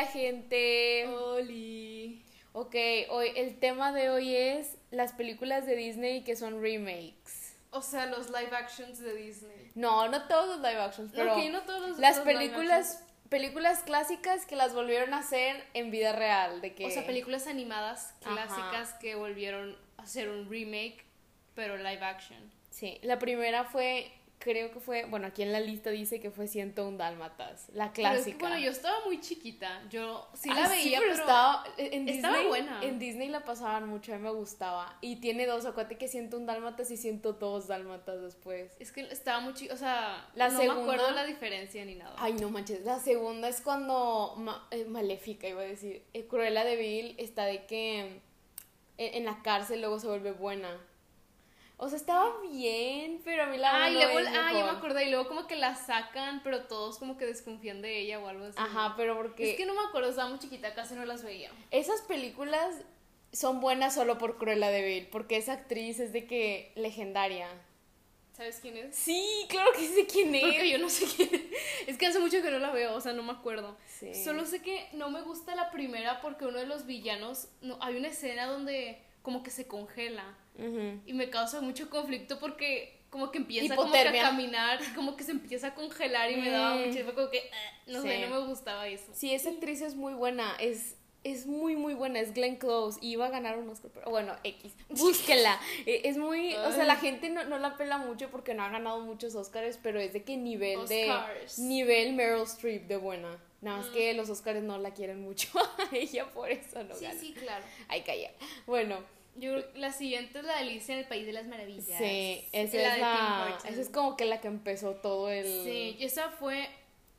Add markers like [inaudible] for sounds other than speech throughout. gente. Oli. Ok, hoy el tema de hoy es las películas de Disney que son remakes. O sea, los live actions de Disney. No, no todos los live actions, pero Ok, no todos los las los live películas películas clásicas que las volvieron a hacer en vida real, de que actions. O sea, películas animadas Ajá. clásicas que volvieron a hacer un remake, pero live action. Sí, la primera fue creo que fue, bueno, aquí en la lista dice que fue 101 dálmatas, la Pero clásica. es que, bueno, yo estaba muy chiquita. Yo sí la Ah, veía, pero, pero, estaba, eh, en estaba Disney, buena. En Disney la pasaban mucho, a mí me gustaba. Y tiene dos, acuérdate que 101 dálmatas y 102 dálmatas después. es que estaba muy chiquita. O sea, La no segunda- me acuerdo la diferencia ni nada. Ay, no manches, la segunda es cuando Ma- eh, Maléfica, iba a decir, eh, Cruella de Vil está de que eh, en, en la cárcel luego se vuelve buena. O sea, estaba bien, pero a mí la Ay, uno luego, es ah, ya me mejor. acordé. Y luego como que la sacan, pero todos como que desconfían de ella o algo así. Ajá, pero porque Es que no me acuerdo, estaba muy chiquita, casi no las veía. esas películas son buenas solo por Cruella de Vil, porque esa actriz es de que legendaria. ¿Sabes quién es? Sí, claro que sé quién es. Porque yo no sé quién. [laughs] Es que hace mucho que no la veo, o sea, no me acuerdo. Sí. Solo sé que no me gusta la primera porque uno de los villanos. No, hay una escena donde como que se congela. Ujú. Y me causa mucho conflicto porque como que empieza como que Hipotermia. a caminar, como que se empieza a congelar y me daba Mm. mucho. Fue como que. "Ah", no Sí. sé, no me gustaba eso. Sí, esa actriz es muy buena, es, es muy, muy buena, es Glenn Close, y iba a ganar un Oscar, pero bueno, X, [laughs] búsquela. Eh, es muy, o sea, la gente no, no la pela mucho porque no ha ganado muchos Oscars, pero es de que nivel Oscars. Mm. de, nivel Meryl Streep de buena. Nada más que los Oscars no la quieren mucho [laughs] a ella, por eso no gana. claro. Ay, calla. Bueno, Yo creo que la siguiente es la de Alicia en el País de las Maravillas. sí, esa La es de Tim la, Burton. esa es como que la que empezó todo el... Sí, y esa fue,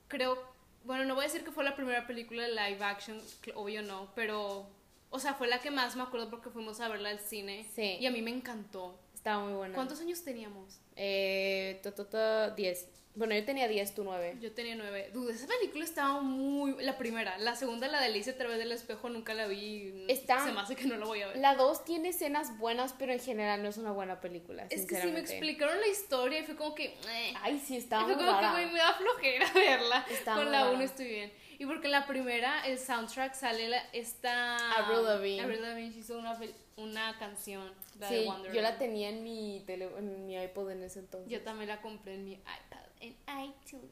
creo, bueno, no voy a decir que fue la primera película de live action, cl- obvio no, pero, o sea, fue la que más me acuerdo porque fuimos a verla al cine. Sí. Y a mí me encantó. Estaba muy buena. ¿Cuántos años teníamos? Eh, ta, ta, ta, 10. Bueno, yo tenía 10, tú 9. Yo tenía nueve. Dude, esa película estaba muy... La primera, la segunda, la de Alicia a través del espejo, nunca la vi. Está- Se me hace que no la voy a ver. La 2 tiene escenas buenas, pero en general no es una buena película. Es que si me sinceramente. explicaron la historia y fue como que... "Eh". Ay, sí, está Y muy fue como que rara. güey, me da flojera [laughs] verla. Está muy Con la rara. 1 estoy bien. Y porque en la primera, el soundtrack sale la, esta. Avril Lavigne. Avril Lavigne hizo una, fel- una canción. La de Sí, Wonderland. yo la tenía en mi, tele, en mi iPod en ese entonces. Yo también la compré en mi iPad. En iTunes.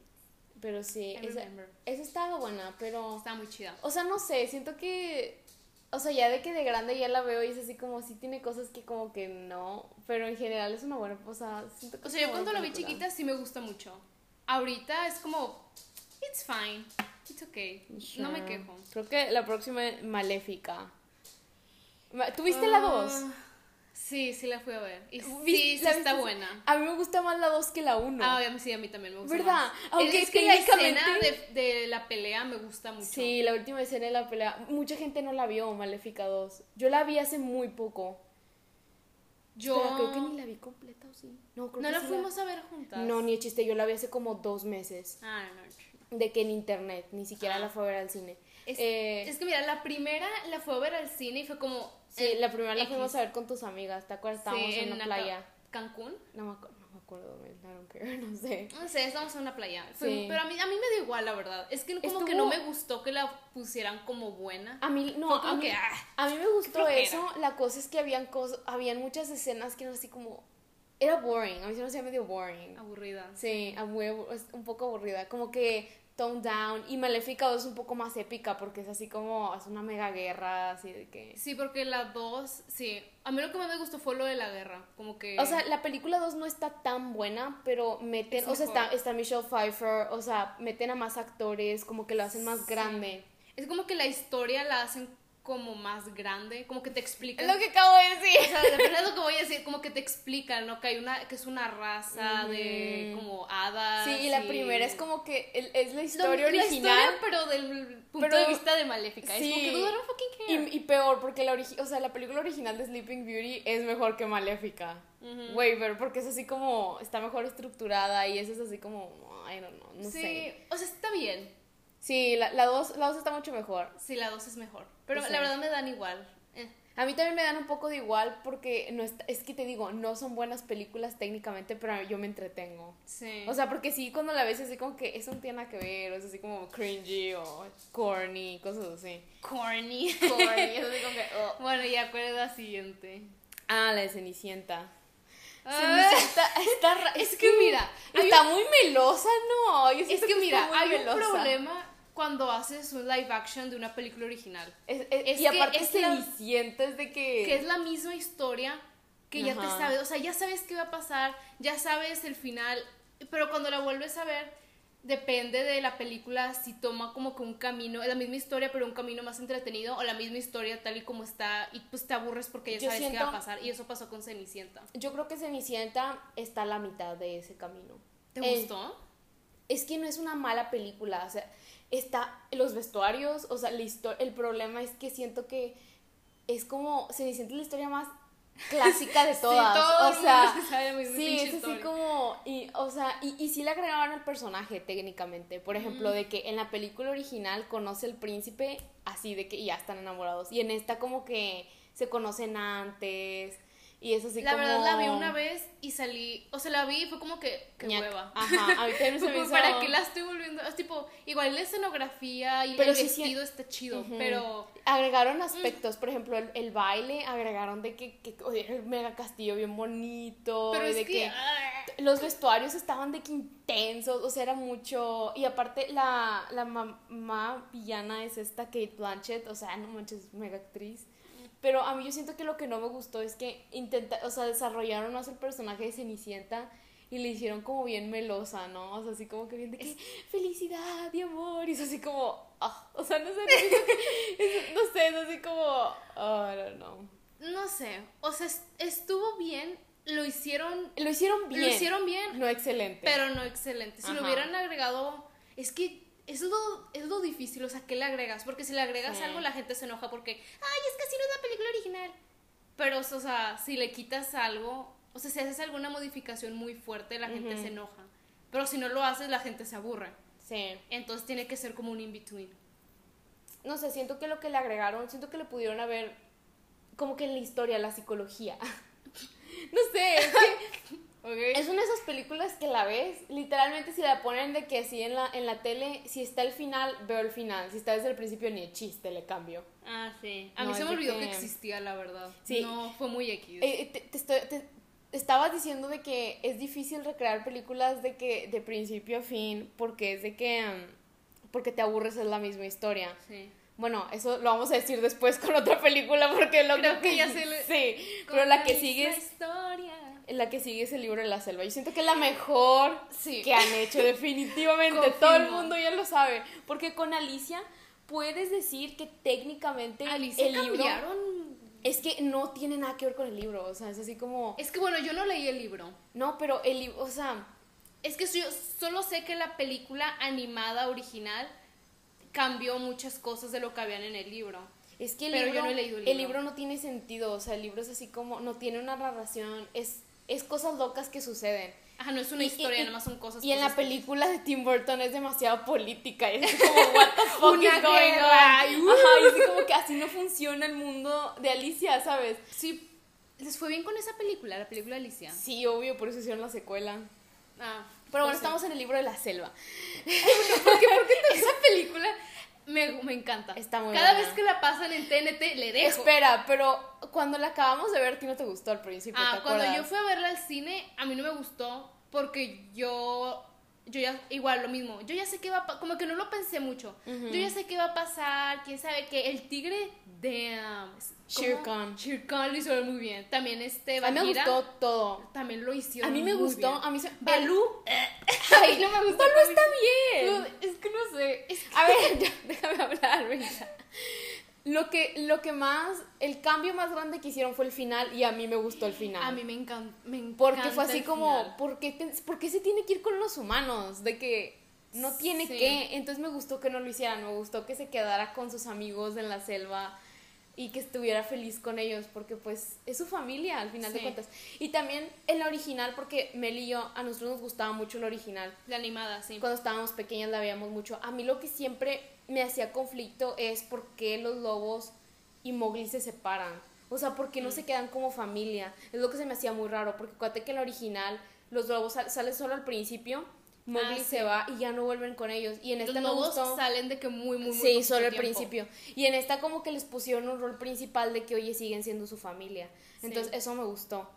Pero sí, I esa, remember. esa estaba buena, pero... Está muy chida. O sea, no sé, siento que... O sea, ya de que de grande ya la veo y es así como, sí tiene cosas que como que no, pero en general es una buena cosa. siento que O es sea, yo una buena cuando la vi película. chiquita sí me gusta mucho. Ahorita es como. It's fine. It's okay. No me Sure. quejo. Creo que la próxima es Maléfica. Ma- ¿Tuviste la 2? Ah, Sí, sí la fui a ver. Y sí, ¿Viste- sí la está viste? buena. A mí me gusta más la 2 que la 1. Ah, obviamente, sí, a mí también me gusta. ¿Verdad? más. Aunque es, es que que la escena técnicamente- de, de la pelea me gusta mucho. sí, la última escena de la pelea. Mucha gente no la vio, Maléfica 2. Yo la vi hace muy poco. yo Pero creo que ni la vi completa, ¿o sí? No, creo no que la sí fuimos a ver juntas. No, ni el chiste. Yo la vi hace como dos meses. Ah, no, no. De que en internet. Ni siquiera Ah. la fue a ver al cine. Es, Eh, es que mira, la primera la fue a ver al cine y fue como. sí, eh, la primera la X. fuimos a ver con tus amigas. ¿Te acuerdas? sí, Estábamos en, una ca- playa. Cancún. No me, acu- no me acuerdo, man, I don't care, [laughs] no sé. No sé, estábamos en una playa. Fue- Sí. Pero a mí, a mí me da igual, la verdad. Es que como que Estuvo- no me gustó que la pusieran como buena. A mí, no, como a mí, que, ah, a mí me gustó flojera. eso. La cosa es que habían, cos- habían muchas escenas que eran así como. Era boring, a mí se me hacía medio boring. Aburrida. Sí, a huevo, es un poco aburrida. Como que toned down. Y Maléfica 2 es un poco más épica porque es así como. Es una mega guerra, así de que. Sí, porque la dos, sí. A mí lo que más me gustó fue lo de la guerra. Como que. O sea, la película 2 no está tan buena, pero meten. Es o sea, mejor. está, está Michelle Pfeiffer, o sea, meten a más actores, como que lo hacen más Sí. grande. Es como que la historia la hacen como más grande, como que te explican. Es lo que acabo de O decir. sea, de verdad es lo que voy a decir, como que te explican, ¿no? Que hay una, que es una raza de Ujú. como hadas. Ah, Sí, y la primera es como que el- es la Lo- historia la original. historia, pero del punto Pero- de vista de Maléfica. Es como Sí. que dude, I don't fucking care. Y, y peor, porque la, origi- o sea, la película original de Sleeping Beauty es mejor que Maléfica. Ujú. Güey, pero porque es así como, está mejor estructurada y eso es así como, I don't know, no sí, sé. o sea, está bien. Sí, la, la, dos, la dos está mucho mejor. Sí, la dos es mejor. Pero Sí. la verdad me dan igual. Eh. A A mí también me dan un poco de igual porque no es, es que te digo, no son buenas películas técnicamente, pero yo me entretengo. Sí. O sea, porque sí, cuando la ves es así como que eso no tiene nada que ver, o es así como cringy o corny, cosas así. [laughs] corny. [laughs] Corny, es así como que, oh. bueno, y acuerdo la siguiente. Ah, la de Cenicienta. Ah, Cenicienta [laughs] está ra- es que mira, hay está muy melosa, ¿no? Yo es siento que [laughs] mira, está muy hay un melosa. problema cuando haces un live action de una película original. Es- es- Es y que aparte es la- Cenicienta es de que... que es la misma historia que ya Ajá. te sabes, o sea, ya sabes qué va a pasar, ya sabes el final, pero cuando la vuelves a ver, depende de la película si toma como que un camino, es la misma historia, pero un camino más entretenido, o la misma historia tal y como está, y pues te aburres porque ya Yo sabes qué va siento- a pasar, y eso pasó con Cenicienta. Yo creo que Cenicienta está a la mitad de ese camino. ¿Te Eh, gustó? es que no es una mala película, o sea, está los vestuarios, o sea, la histo- el problema es que siento que es como Cenicienta es la historia más clásica [laughs] de todas, todo o sea, [laughs] sabe la misma sí, pinche es así historia. como, y, o sea, y, y sí le agregaron al personaje técnicamente, por ejemplo, de que en la película original conoce al príncipe así de que y ya están enamorados, y en esta como que se conocen antes, y es así La como... verdad la vi una vez y salí, o sea, la vi y fue como que, qué ñac. [laughs] hueva. Ajá, a mí también se me Como, hizo- ¿Para qué la estoy volviendo? Es tipo, igual la escenografía y Pero el sí vestido está chido, Ujú. pero Agregaron aspectos, Mm. por ejemplo, el, el baile, agregaron de que, que oye, el mega castillo bien bonito, pero y es de que, que, ah, los vestuarios estaban de que intensos, o sea, era mucho, y aparte la, la mamá villana es esta Kate Blanchett, o sea, no manches, mega actriz. Pero a mí yo siento que lo que no me gustó es que intenta, o sea, desarrollaron más el personaje de Cenicienta y le hicieron como bien melosa, ¿no? O sea, así como que bien de que felicidad y amor, y es así como, ah, o sea, no [laughs] sé, no sé, es- no sé, es así como, ah, no, no. no sé, o sea, es- estuvo bien, lo hicieron Lo hicieron bien, lo hicieron bien, no excelente. pero no excelente. Si lo Ajá. hubieran agregado, es que es lo, es lo difícil, o sea, ¿qué le agregas? Porque si le agregas Sí. algo, la gente se enoja porque, ay, es que así no es la película original. Pero, o sea, si le quitas algo, o sea, si haces alguna modificación muy fuerte, la gente Ujú. se enoja. Pero si no lo haces, la gente se aburre. sí. Entonces tiene que ser como un in-between. no sé, siento que lo que le agregaron, siento que le pudieron haber, como que en la historia, la psicología. [laughs] no sé, es, que es una de esas películas que la ves, literalmente si la ponen de que así en la, en la tele, si está el final, veo el final, si está desde el principio, ni el chiste le cambio. Ah, sí. A No, mí se es me de olvidó que que- existía, la verdad. Sí. No, fue muy X. Eh, eh, te, te estoy- te- estabas diciendo de que es difícil recrear películas de que de principio a fin, porque es de que, mm, porque te aburres es la misma historia. Sí. Bueno, eso lo vamos a decir después con otra película porque lo Creo que ya se le- [laughs] Sí, pero la que sigue sigues es, la que sigue es el libro de la selva. Yo siento que es la mejor Sí. que han [laughs] hecho definitivamente. Confirmo. Todo el mundo ya lo sabe, porque con Alicia puedes decir que técnicamente Alicia el libro cambiaron. es que no tiene nada que ver con el libro, o sea, es así como Es que bueno, yo no leí el libro. no, pero el libro, o sea, Es que yo solo sé que la película animada original cambió muchas cosas de lo que habían en el libro. Es que el, Pero yo libro, no he leído el libro. libro no tiene sentido, o sea, el libro es así como, no tiene una narración, es, es cosas locas que suceden. Ajá, no es una Y- y- historia, y- nada más son cosas. Y en la cosas que- película de Tim Burton es demasiado política, y es así como, what the fuck [laughs] Una is going on? guerra, Uh. Ajá, y es como que así no funciona el mundo de Alicia, ¿sabes? Sí, les fue bien con esa película, la película de Alicia. Sí, obvio, por eso hicieron la secuela. Ah, Pero bueno, pues sí. estamos en el libro de la selva. Esa película me, me encanta. Está muy Cada buena. vez que la pasan en TNT, le dejo. Espera, pero cuando la acabamos de ver, a ti no te gustó al principio, Ah, ¿te cuando acuerdas? yo fui a verla al cine, a mí no me gustó porque yo, yo ya, igual lo mismo, yo ya sé qué va a pasar, como que no lo pensé mucho, yo ya sé qué va a pasar, quién sabe que el tigre, damn, Shere ¿cómo? Khan. Shere Khan lo hizo muy bien, también este, A mí me Bagheera, gustó todo. también lo hicieron A mí me muy gustó, bien. a mí se... Balú, [laughs] [laughs] Ay, no me gustó. Balú está bien. no, es que no sé, es que- A ver, [laughs] ya, déjame hablar, venga. Lo que, lo que más, el cambio más grande que hicieron fue el final y a mí me gustó el final. a mí me encanta, me encanta porque fue así el como, final. ¿por qué, te- por qué se tiene que ir con los humanos? De que no tiene Sí. que. Entonces me gustó que no lo hicieran, me gustó que se quedara con sus amigos en la selva y que estuviera feliz con ellos, porque pues es su familia al final de Sí. cuentas. Y también en la original, porque Mel y yo, a nosotros nos gustaba mucho la original. la animada, sí. Cuando estábamos pequeñas la veíamos mucho. A mí lo que siempre me hacía conflicto es por qué los lobos y Mowgli se separan. O sea, ¿por qué no Mm. se quedan como familia? Es lo que se me hacía muy raro, porque acuérdate que en la original los lobos sal- salen solo al principio, Mowgli Ah, sí. se va y ya no vuelven con ellos. Y en Los esta este me lobos gustó- salen de que muy, muy, muy sí, poquito solo al tiempo. principio. Y en esta como que les pusieron un rol principal de que, oye, siguen siendo su familia. Entonces, eso me gustó.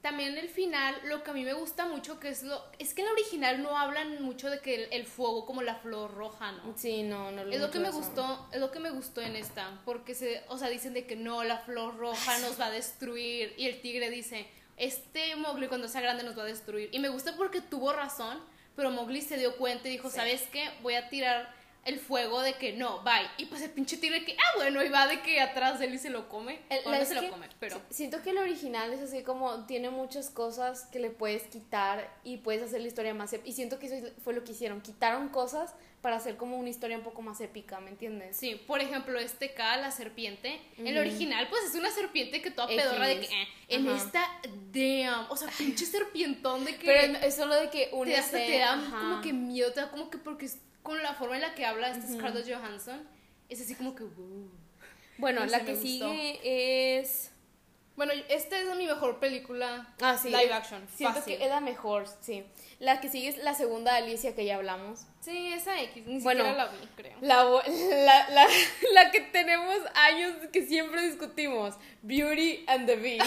También el final, lo que a mí me gusta mucho, que es lo... Es que en la original no hablan mucho de que el, el fuego como la flor roja, ¿no? Sí, no, no Ah. Es lo que me mucho eso. gustó, es lo que me gustó en esta, porque se, o sea, dicen de que no, la flor roja nos va a destruir y el tigre dice, este Mowgli cuando sea grande nos va a destruir. Y me gusta porque tuvo razón, pero Mowgli se dio cuenta y dijo, Sí. ¿sabes qué? Voy a tirar el fuego de que no, bye. Y pues el pinche tigre que, ah, bueno, y va de que atrás de él y se lo come. El- o la no es se lo que come, pero... si- Siento que el original es así como tiene muchas cosas que le puedes quitar y puedes hacer la historia más épica. Y siento que eso es- fue lo que hicieron. Quitaron cosas para hacer como una historia un poco más épica, ¿me entiendes? Sí, por ejemplo, este K, la serpiente. El original, pues es una serpiente que toda X. pedorra de que. eh, En Ajá. esta, damn. O sea, pinche serpientón de que. Pero es solo de que uno te, hasta esté- te da ajá. como que miedo, te da como que porque es- con la forma en la que habla este Scarlett Johansson, es así como que. wow. Bueno, No sé, la me que gustó. sigue es... Bueno, esta es mi mejor película Ah, sí. live action. Siento fácil. que es la mejor, sí. La que sigue es la segunda de Alicia que ya hablamos. Sí, esa X, ni Bueno. siquiera la vi, creo. La, bo- la, la, [laughs] la que tenemos años que siempre discutimos, Beauty and the [laughs] Beast.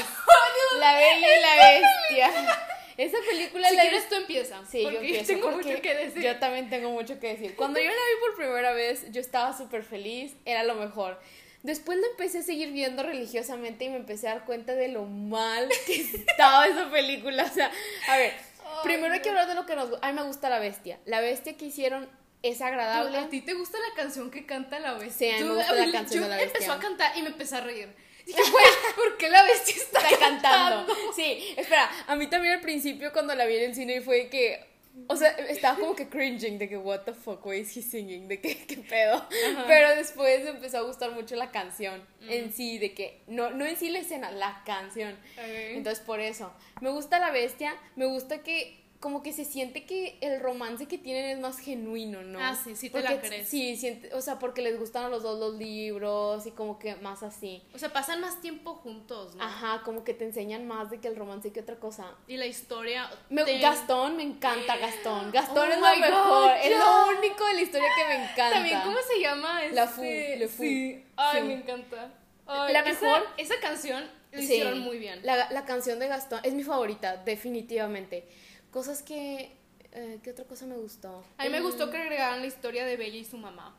la Bella y la Bestia. Esa película Si la quieres, tú empieza. Sí, porque [laughs] yo empiezo tengo porque mucho que decir. Yo también tengo mucho que decir. Cuando yo la vi por primera vez, yo estaba súper feliz, era lo mejor. Después la empecé a seguir viendo religiosamente y me empecé a dar cuenta de lo mal [laughs] que estaba esa película. O sea, a ver, Ay, primero hay que no. hablar de lo que nos gusta. A mí me gusta la bestia. La bestia que hicieron es agradable. ¿A ti te gusta la canción que canta la bestia? Sí, a mí me Yo- gusta la yo- canción de la bestia. empezó a cantar y me empecé a reír. Dije, güey, ¿por qué la bestia está, está cantando. cantando? Sí, espera, a mí también al principio cuando la vi en el cine fue de que, o sea, estaba como que cringing de que what the fuck, why is he singing, de que qué pedo. Pero después me empezó a gustar mucho la canción en sí, de que no no en sí la escena, la canción. Entonces por eso, me gusta la bestia, me gusta que como que se siente que el romance que tienen es más genuino, ¿no? Ah, sí, sí te la Porque- crees. Sí, siente- o sea, porque les gustan a los dos los libros y como que más así. o sea, pasan más tiempo juntos, ¿no? Ajá, como que te enseñan más de que el romance que otra cosa. Y la historia... Me- te- Gastón, me encanta [gasps] Gastón. Gastón Oh es lo my mejor. God, es ya. lo único de la historia que me encanta. También, ¿cómo se llama? Este? La Fu, Le Fu. Sí. Ay, Sí. me encanta. Ay, La esa- mejor- Esa canción la Sí. hicieron muy bien. La, la canción de Gastón es mi favorita, definitivamente. Cosas que. eh, ¿Qué otra cosa me gustó? A mí me Mm, gustó que agregaran la historia de Bella y su mamá.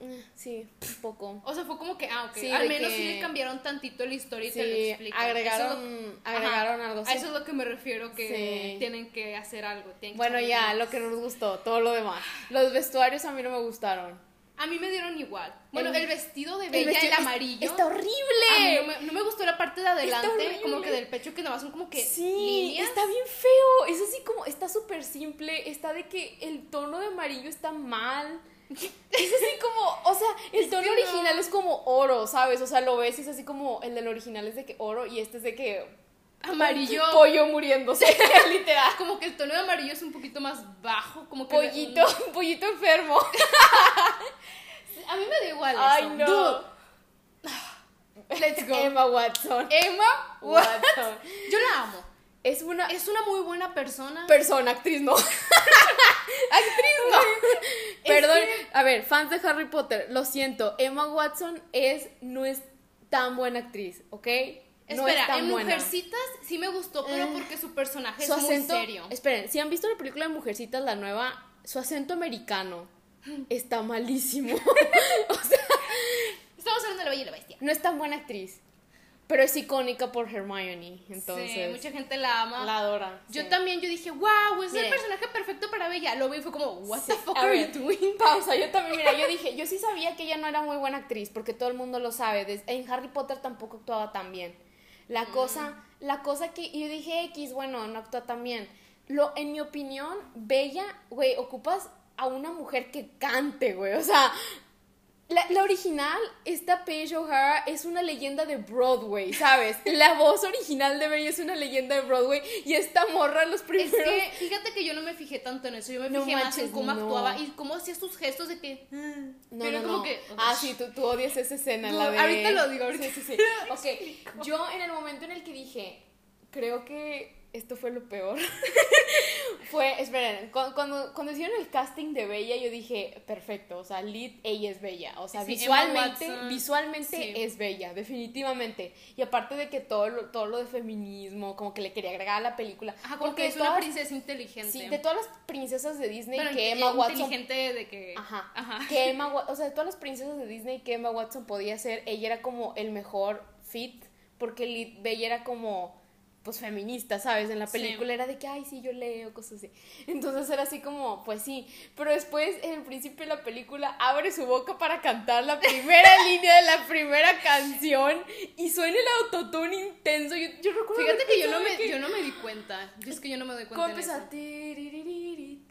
eh, Sí, un poco. O sea, fue como que, ah, ok. Sí, de Al menos que- sí le cambiaron tantito la historia y te lo Sí, explican. Eso es lo- agregaron, agregaron Ajá. algo. A sí. eso es lo que me refiero, que Sí. tienen que hacer algo. tienen que Bueno, hacer ya, algo. lo que nos gustó, todo lo demás. Los vestuarios a mí no me gustaron. A mí me dieron igual. Bueno, El- el, vestido de El Bella, el, vestido es- amarillo. Está horrible. a mí no, me, no me gustó la parte de adelante, horrible. como que del pecho, que nomás son como que sí, líneas. está bien feo. Es así como, está súper simple. Está de que el tono de amarillo está mal. Es así como, o sea, el Es tono que no. original es como oro, ¿sabes? O sea, lo ves y es así como el del original es de que oro y este es de que Amarillo. pollo [laughs] muriéndose, literal. Como que el tono de amarillo es un poquito más bajo, como que... Pollito, pollito enfermo. A mí me dio igual eso. Ay, no. Dude, let's go. Emma Watson. Emma, what? Watson. Yo la amo. Es una Es una muy buena persona. persona, actriz no. [laughs] actriz no. Perdón, a ver, fans de Harry Potter, lo siento, Emma Watson es no es tan buena actriz, ¿ok? no Espera, es tan en buena. Mujercitas sí me gustó, pero Eh, porque su personaje Su es muy acento, serio. esperen, si han visto la película de Mujercitas la nueva, su acento [gasps] americano está malísimo. [laughs] Estamos hablando de la Bella y la Bestia. no es tan buena actriz, pero es icónica por Hermione, sí, entonces mucha gente la ama. la adora. Yo sí. también, yo dije, wow, es Miren. el personaje perfecto para Bella. Lo vi y fue como, what the Sí, fuck a are ver, you doing? Pausa, yo también, mira, yo dije, yo sí sabía que ella no era muy buena actriz, porque todo el mundo lo sabe, des- en Harry Potter tampoco actuaba tan bien. La cosa, la cosa que y yo dije, X, bueno, no actúa tan bien. Lo, en mi opinión, Bella, güey, ocupas a una mujer que cante, güey, o sea, La, la original, esta Paige O'Hara es una leyenda de Broadway, ¿sabes? La voz original de Bella es una leyenda de Broadway y esta morra los Es primeros... que, fíjate que yo no me fijé tanto en eso, yo me No fijé más en manches, cómo no. actuaba y cómo hacía sus gestos de que... "Ah". No, pero no, como no. que... Ah, sí, tú, tú odias esa escena, No, la de... ahorita lo digo, ahorita. Sí, sí, [laughs] sí. Ok, yo en el momento en el que dije, creo que esto fue lo peor, [laughs] fue, esperen, cu- cuando, cuando hicieron el casting de Bella, yo dije, perfecto, o sea, Lid, ella es Bella, o sea, Sí, Emma visualmente, Watson. visualmente Sí. es Bella, definitivamente. Y aparte de que todo lo, todo lo de feminismo, como que le quería agregar a la película. Ajá, como porque que es una todas- princesa inteligente. sí, de todas las princesas de Disney Pero que inte- Emma Watson inteligente de que... Ajá. Que Emma Wa- o sea, de todas las princesas de Disney que Emma Watson podía ser, ella era como el mejor fit, porque Lit Bella era como, pues, feminista, ¿sabes? En la Sí. película era de que, ay, sí, yo leo, cosas así. Entonces era así como, pues sí. Pero después, en el principio de la película, abre su boca para cantar la [laughs] primera línea de la primera canción y suena el autotune intenso. Yo, yo recuerdo... haber Fíjate que yo no pensado de me, yo no me di cuenta. Yo es que yo no me doy ¿Cómo cuenta. en empieza? eso. Tiririri,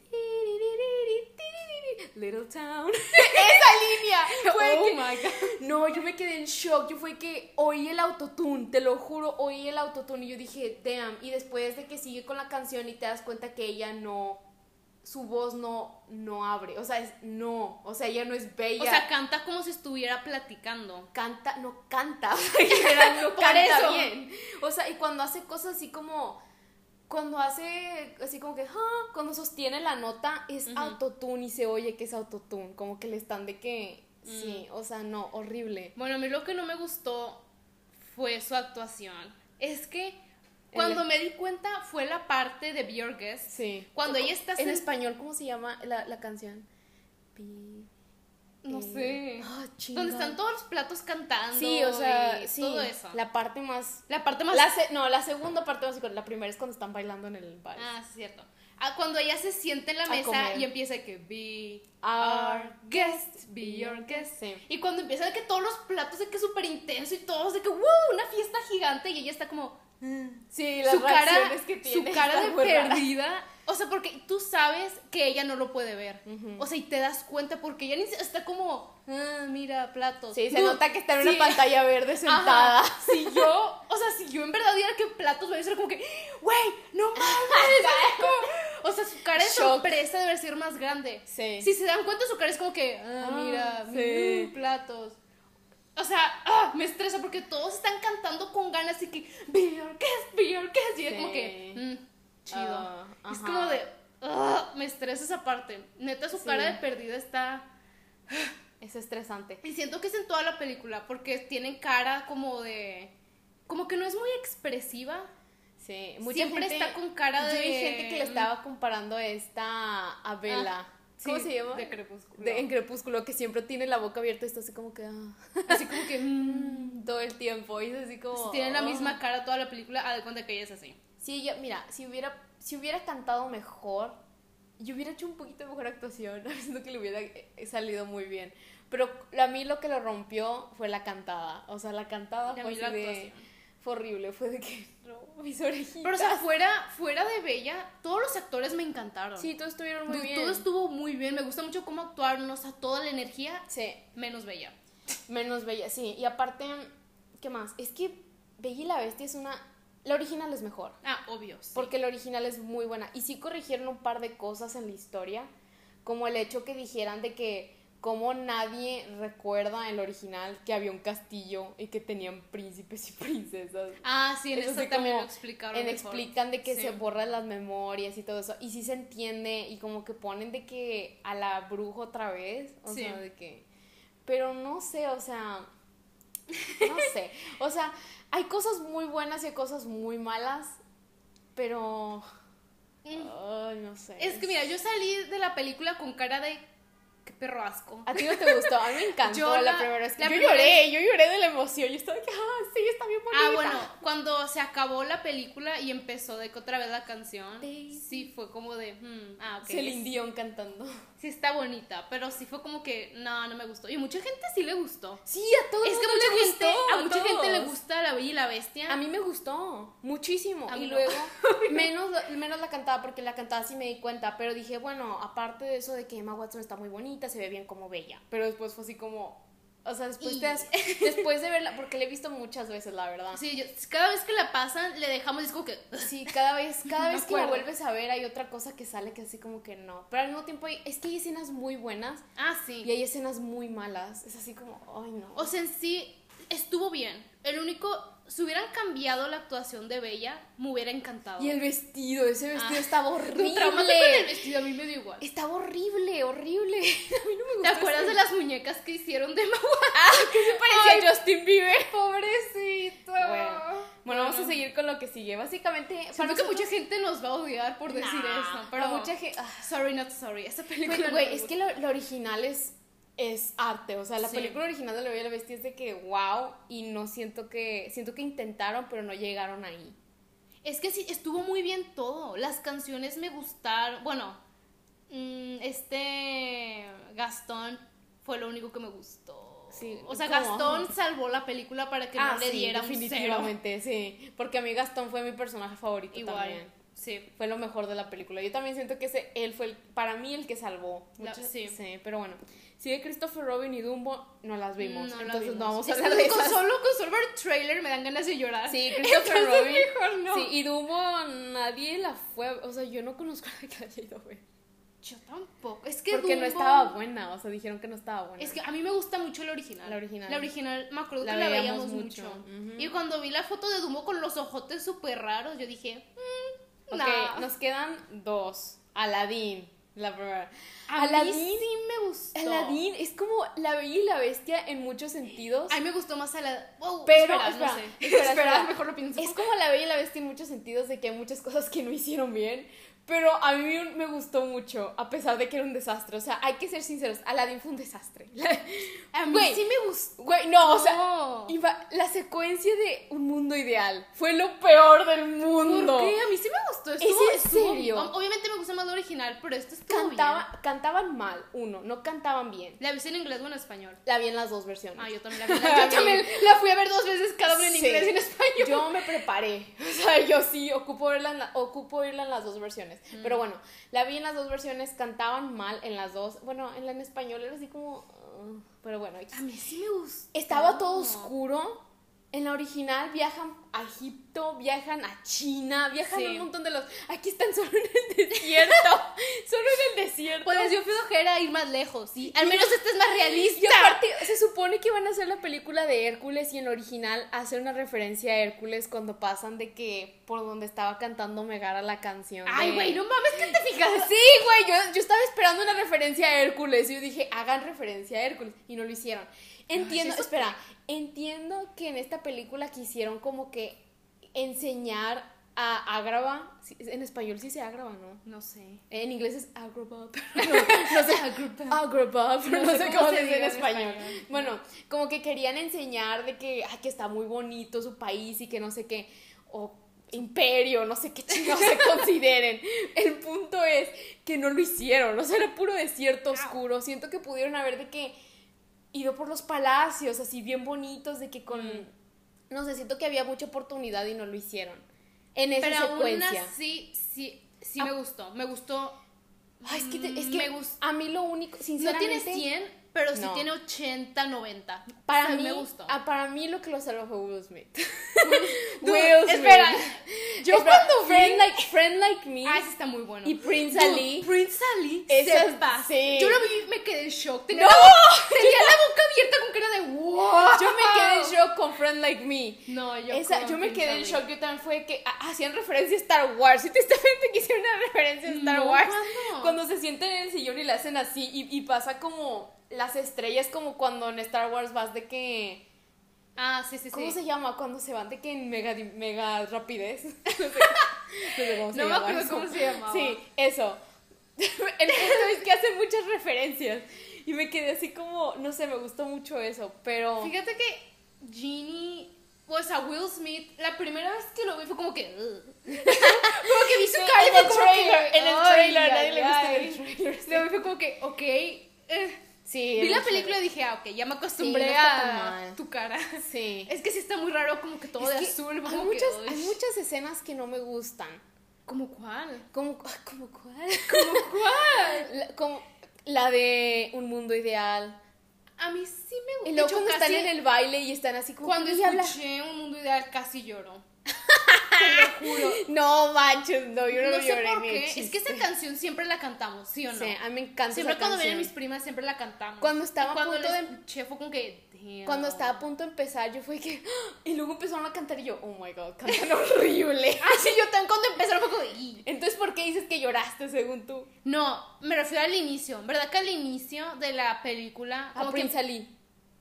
tiririri, tiririri, Little Town. [laughs] Esa línea. Fue Oh que- my god. [laughs] No, yo me quedé en shock. Yo fue que oí el autotune, te lo juro, oí el autotune y yo dije, damn. Y después de que sigue con la canción y te das cuenta que ella no, su voz no, no abre. O sea, es no. O sea, ella no es bella. O sea, canta como si [laughs] estuviera platicando. canta, no canta, o sea, en general no Por canta eso. bien. O sea, y cuando hace cosas así como cuando hace así como que "Ah", cuando sostiene la nota es Ujú. autotune y se oye que es autotune, como que le están de que Mm. sí, o sea, no, horrible. Bueno, a mí lo que no me gustó fue su actuación. Es que El- cuando me di cuenta fue la parte de Be Your Guest. Sí. Cuando ella está en sen- español ¿cómo se llama la, la canción? Pi- No pi- sé. Ah, Donde chinga. están todos los platos cantando. Sí, o sea, y sí, todo eso. La, la parte más parte más. la se- no, la segunda parte más la primera es cuando están bailando en el bar. Ah, sí, es cierto. Ah, cuando ella se siente en la A mesa comer. y empieza que be Our our guest, be your guest. Sí. Y cuando empieza de que todos los platos de que súper intenso y todos de que wow, una fiesta gigante y ella está como Sí, las su cara, reacciones que tiene. su cara están de muy raras. perdida. O sea, porque tú sabes que ella no lo puede ver. O sea, y te das cuenta porque ella ni se- está como, ah, mira, platos. Sí, se Dude, nota que está en sí. una pantalla verde sentada. [laughs] Ajá. Si yo, o sea, si yo en verdad diera que platos me ser como que, güey, [laughs] no mames. Como- o sea, su cara de Shock. sorpresa debe ser más grande. Sí. Si se dan cuenta, su cara es como que, ah, Ah, mira, sí. mira, platos. O sea, ah, me estresa porque todos están cantando con ganas y que, be your guest, be your guest", Y es Sí. como que, mm, [laughs] chido. Ah, es ajá. como de, ah, me estresa esa parte. Neta, su Sí. cara de perdida está. Es estresante. Y siento que es en toda la película, porque tienen cara como de. Como que no es muy expresiva. Sí, mucha Siempre gente- está con cara de. mm, Yo vi gente que le estaba comparando a esta a Bella. Ah, ¿Cómo sí, se llama? De crepúsculo. De- en Crepúsculo, que siempre tiene la boca abierta y está así como que. ah, Así como que. mm, [laughs] todo el tiempo. Y es así como. tienen la ah. misma cara toda la película, a de cuenta que ella es así. Sí, yo, mira, si hubiera, si hubiera cantado mejor, yo hubiera hecho un poquito mejor actuación, [laughs] siento que le hubiera eh, salido muy bien. Pero a mí lo que lo rompió fue la cantada. O sea, la cantada Y a fue, mí la así de- actuación. fue horrible, fue de que [laughs] no, mis orejitas. Pero, o sea, fuera, fuera de Bella, todos los actores me encantaron. sí, todos estuvieron muy Du- bien. Todo estuvo muy bien. Me gusta mucho cómo actuaron, o sea, toda la energía, Sí, menos Bella. menos Bella, sí. Y aparte, ¿qué más? Es que Bella y la Bestia es una... La original es mejor. Ah, obvio. sí. Porque la original es muy buena. Y sí corrigieron un par de cosas en la historia, como el hecho que dijeran de que como nadie recuerda en la original que había un castillo y que tenían príncipes y princesas. Ah, sí, en Eso esta sí, también como lo explicaron. En mejor. explican de que Sí. se borran las memorias y todo eso. Y sí se entiende y como que ponen de que a la bruja otra vez. O Sí. sea, de que... Pero no sé, o sea... No [laughs] sé. O sea, hay cosas muy buenas y hay cosas muy malas. Pero... Mm. Ay, no sé. Es que mira, yo salí de la película con cara de qué perro asco. A ti no te gustó, a mí me encantó Yo la, la- primera vez que la yo primera lloré, yo lloré de la emoción, yo estaba de que, ah, sí, está bien bonita. Ah, bueno, cuando se acabó la película y empezó de que otra vez la canción, Baby. sí fue como de, hmm, ah, ok. Celine es- Dion cantando. Sí está bonita, pero sí fue como que, no, no me gustó. Y mucha gente sí le gustó. Sí, a todo Es que mucha gente, a mucha gente le gustó. gusta La Bella y la Bestia. A mí me gustó muchísimo. A mí Y [laughs] no. luego, menos, menos la cantada, porque la cantada sí me di cuenta. Pero dije, bueno, aparte de eso de que Emma Watson está muy bonita bonita, se ve bien como bella. Pero después fue así como. O sea, después, Y- te das- [laughs] después de verla, porque la he visto muchas veces, la verdad. [laughs] Sí, yo- cada vez que la pasan, le dejamos, es como que. Sí, cada [laughs] vez, cada Me vez que la acuerdo. vuelves a ver hay otra cosa que sale que así como que no. Pero al mismo tiempo hay- es que hay escenas muy buenas Ah, y sí. hay escenas muy malas. Es así como, ay no. O sea, en sí, estuvo bien. El único. Si hubieran cambiado la actuación de Bella, me hubiera encantado. y el vestido, ese vestido [laughs] Ah. estaba Tu trauma con el horrible. vestido a mí me dio igual. Estaba horrible, horrible. [laughs] A mí no me ¿Te gustó. acuerdas de las muñecas que hicieron de Mawa? que parecía Justin Bieber? Pobrecito. Bueno, bueno, vamos a Bueno. seguir con lo que sigue. Básicamente, Siento que nosotros- mucha gente nos va a odiar por decir Nah, eso, para pero mucha gente. ah, Sorry, not sorry. Esa película. Pero, no güey, me es gusta. que lo, lo original es, es arte. O sea, la Sí. película original de La Bella y la Bestia es de que wow. Y no siento que. Siento que intentaron, pero no llegaron ahí. Es que sí, estuvo muy bien todo. Las canciones me gustaron. Bueno, mm, este Gastón fue lo único que me gustó. Sí, o sea, ¿cómo? Ah, Gastón salvó la película para que no le sí, diera un definitivamente, sí. Porque a mí Gastón fue mi personaje favorito cero. Igual. también. Sí. Fue lo mejor de la película. Yo también siento que ese, él fue, el- para mí, el que salvó. La- Muchas- sí. Pero bueno, si de Christopher Robin y Dumbo no las vimos. No la entonces vimos. no vamos a Es que hablar de con esas. solo con solo ver trailer me dan ganas de llorar. [laughs] Sí, Christopher Entonces, Robin. mejor no. Sí, y Dumbo nadie la fue. a- O sea, yo no conozco a la que la haya ido a ver. Yo tampoco. Es que porque no Dumbo- estaba buena, o sea, dijeron que no estaba buena. Es que a mí me gusta mucho la original. La original. La original, me acuerdo La que la veíamos veíamos mucho. mucho. Ujú. Y cuando vi la foto de Dumbo con los ojotes súper raros, yo dije, mm, Ok, nah. nos quedan dos. Aladdin, la primera. A mí Aladdin, sí me gustó. Aladdin es como la bella y la bestia en muchos sentidos. A mí me gustó más Aladdin. Wow, Pero, espera, espera, no sé. [laughs] espera, espera. mejor lo pienso. Es como la bella y la bestia en muchos sentidos de que hay muchas cosas que no hicieron bien. Pero a mí me gustó mucho, a pesar de que era un desastre. O sea, hay que ser sinceros, Aladdin fue un desastre. [laughs] A mí Güey. sí me gustó. Güey, no, o sea, No. iba- la secuencia de Un Mundo Ideal fue lo peor del ¿Por mundo. qué? A mí sí me gustó. ¿Es estuvo- en estuvo- serio? Obviamente me gusta más la original, pero esto estuvo Cantaba- bien. cantaban mal, uno, no cantaban bien. ¿La viste en inglés o en español? La vi en las dos versiones. Ah, yo también [laughs] la vi. Yo también la fui a ver dos veces cada una en Sí. inglés y en español. Yo me preparé. [laughs] O sea, yo sí ocupo verla en, la- ocupo irla en las dos versiones. Pero bueno, la vi en las dos versiones, cantaban mal en las dos. Bueno, en la en español era así como. "Ugh", pero bueno, X. A mí sí me gustó. estaba todo oscuro. En la original viajan a Egipto, viajan a China, viajan Sí. a un montón de los. Aquí están solo en el desierto. [laughs] solo en el desierto. Pues yo fui ojera a ir más lejos. Y al menos este es más realista. Y aparte, se supone que van a hacer la película de Hércules y en la original hacer una referencia a Hércules cuando pasan de que por donde estaba cantando Megara la canción. de- Ay, güey, no mames, que te fijas? Sí, güey, yo, yo estaba esperando una referencia a Hércules y yo dije, hagan referencia a Hércules y no lo hicieron. Entiendo, Ay, eso espera, entiendo que en esta película quisieron como que enseñar a Agrava, sí, en español sí se Agrava, ¿no? No sé. En inglés es Agrabah, pero no, no sé, [laughs] Ah, Agrabah, [laughs] pero no, sé cómo, se dice en español. español. Bueno, como que querían enseñar de que, ay, que está muy bonito su país y que no sé qué, o imperio, no sé qué chingados [laughs] se consideren. El punto es que no lo hicieron, o sea, era puro desierto oscuro. Siento que pudieron haber de que ido por los palacios, así bien bonitos, de que con... Mm. No sé, siento que había mucha oportunidad y no lo hicieron. En esa Pero aún secuencia. Ah. así, sí, sí me gustó. Me gustó. Ay, es que, te- es Mm, que me gustó. a mí lo único, No sinceramente, tiene 100, pero sí No. tiene 80, 90. para O sea, mí, me gustó. ah, para mí lo que lo salvó fue Will [laughs] Smith. Dude, Will Smith. Espera. Yo Espera, cuando vi. Friend Like, Friend Like Me Ah, ese está muy bueno. y Prince Dude, Ali, Prince Ali. Esa- se pasa. sí. Yo lo vi y me quedé en shock. Tenía, ¡No! la, boca, tenía la boca abierta con cara de wow. yo me quedé en shock con Friend Like Me. No, yo, Esa, con yo me Prince quedé en Ali. shock, yo también fue que ah, hacían referencia a Star Wars. Si te que hicieron una referencia a Star No, Wars. Mm, ¿cuándo? Cuando se sienten en el sillón y la hacen así, y, y pasa como las estrellas, como cuando en Star Wars vas de que. Ah, sí, sí, sí. ¿Cómo se llama cuando se van de que en mega, di- mega [laughs] rapidez? [laughs] no sé, cómo No me llama acuerdo eso. cómo se llamaba. Sí, eso. [laughs] El punto es que hacen muchas referencias. Y me quedé así como, no sé, me gustó mucho eso, pero... Fíjate que Genie, pues a Will Smith, la primera vez que lo vi fue como que. "Ugh". [laughs] como que vi su Sí, cara y en fue el como que, trailer, en el "Ay, trailer, ay, nadie le gusta ay". en el trailer, sí. Luego fue como que, ok. eh. Sí, Vi en la el película y dije, ah, ok, ya me acostumbré Sí, no está tan a mal. tu cara. trailer. Sí. Es que sí está muy raro, como que todo Es de que azul. hay, como que, muchas, "Uy". hay muchas escenas que no me gustan. ¿Como cuál? Como, ah, como cuál. [laughs] ¿Como cuál? La- como, La de Un Mundo Ideal. A mí sí me gusta. Y luego De hecho, cuando casi- están en el baile y están así como... Cuando "Uy, habla". escuché Un Mundo Ideal casi lloro. Te lo juro. No manches, no, yo no, no sé lloré por ni de qué. Es chiste. que esa canción siempre la cantamos, ¿sí o no? Sí, a mí me encanta siempre esa cuando canción. vienen mis primas siempre la cantamos. Cuando estaba Y cuando a punto la de- escuché fue como que. "Damn". Cuando estaba [laughs] a punto de empezar, yo fue que... [gasps] ¡ah! Y luego empezaron a cantar y yo, oh my god, [laughs] cantan horrible. Ah, sí, yo también cuando empezaron fue como. "Y". Entonces, ¿por qué dices que lloraste según tú? No, me refiero al inicio. ¿Verdad que al inicio de la película. A como que- Prince Ali.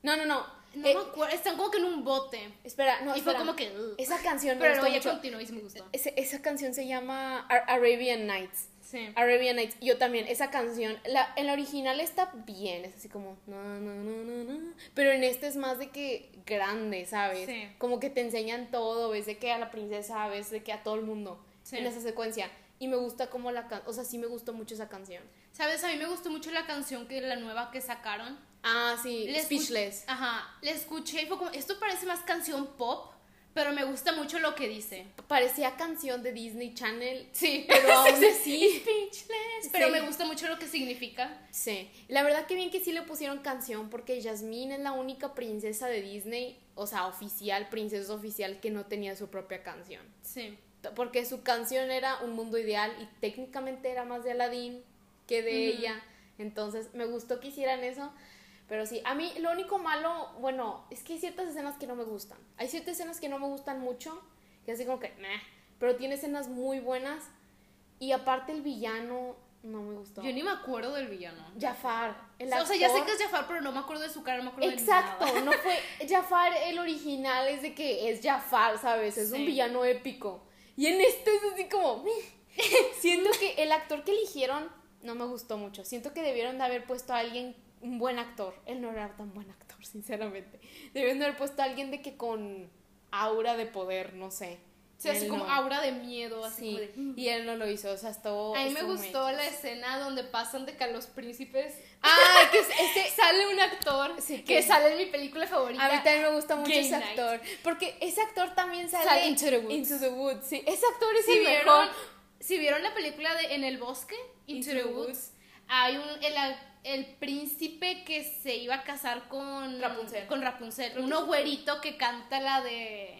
No, no, no. Ah, No Eh, me acuerdo. Están como que en un bote. Espera, no, y fue espera. como que. "Ugh". Esa canción me Pero gustó luego ya mucho. Eh, continuó y sí me gustó. Ese- esa canción se llama Ar- Arabian Nights. Sí. Arabian Nights, yo también, esa canción, la, en la original está bien, es así como, no, no, no, no, no, pero en este es más de que grande, ¿sabes? Sí. Como que te enseñan todo, ves de que a la princesa, ves de que a todo el mundo, Sí. en esa secuencia, y me gusta como la canción, o sea, sí me gustó mucho esa canción. ¿Sabes? A mí me gustó mucho la canción que la nueva que sacaron. Ah, sí, Le escu- Speechless. Ajá, le escuché y fue como, esto parece más canción pop, pero me gusta mucho lo que dice. Parecía canción de Disney [laughs] Channel, Sí, pero aún así, Speechless, pero Sí. me gusta mucho lo que significa. sí. La verdad que bien que sí le pusieron canción, porque Jasmine es la única princesa de Disney, o sea, oficial, princesa oficial, que no tenía su propia canción. Sí. porque su canción era Un Mundo Ideal y técnicamente era más de Aladdin que de Ujú. ella. Entonces me gustó que hicieran eso. Pero sí, a mí lo único malo, bueno, es que hay ciertas escenas que no me gustan. Hay ciertas escenas que no me gustan mucho, que así como que, meh, pero tiene escenas muy buenas. Y aparte el villano no me gustó. Yo ni me acuerdo del villano. Jafar, el o sea, ya sé actor- que es Jafar, pero no me acuerdo de su cara, no me acuerdo Exacto, de nada. no fue Jafar el original, es de que es Jafar, ¿sabes? Es Sí. un villano épico. Y en este es así como... [laughs] meh. Siento que el actor que eligieron no me gustó mucho. Siento que debieron de haber puesto a alguien, un buen actor. Él no era tan buen actor, [laughs] sinceramente. Debieron de haber puesto a alguien de que con aura de poder, no sé. O sea, así Él como no. aura de miedo, así. Sí, como de, este "Mm". y él no lo hizo, o sea, estuvo... A mí me estuvo muy gustó X. la escena donde pasan de que a los príncipes Ay, que es- este... [laughs] sale un actor Sí, que, que- sale en mi película favorita. A mí también me gusta mucho Gay ese Night. actor. Porque ese actor también sale Sale Into the Woods. Into the Woods, sí. Ese actor es si el vieron, mejor. si vieron la película de En el bosque, Into, the Woods, hay un el, el príncipe que se iba a casar con Rapunzel. con Rapunzel, Ah. Creo que uno sí. güerito que canta la de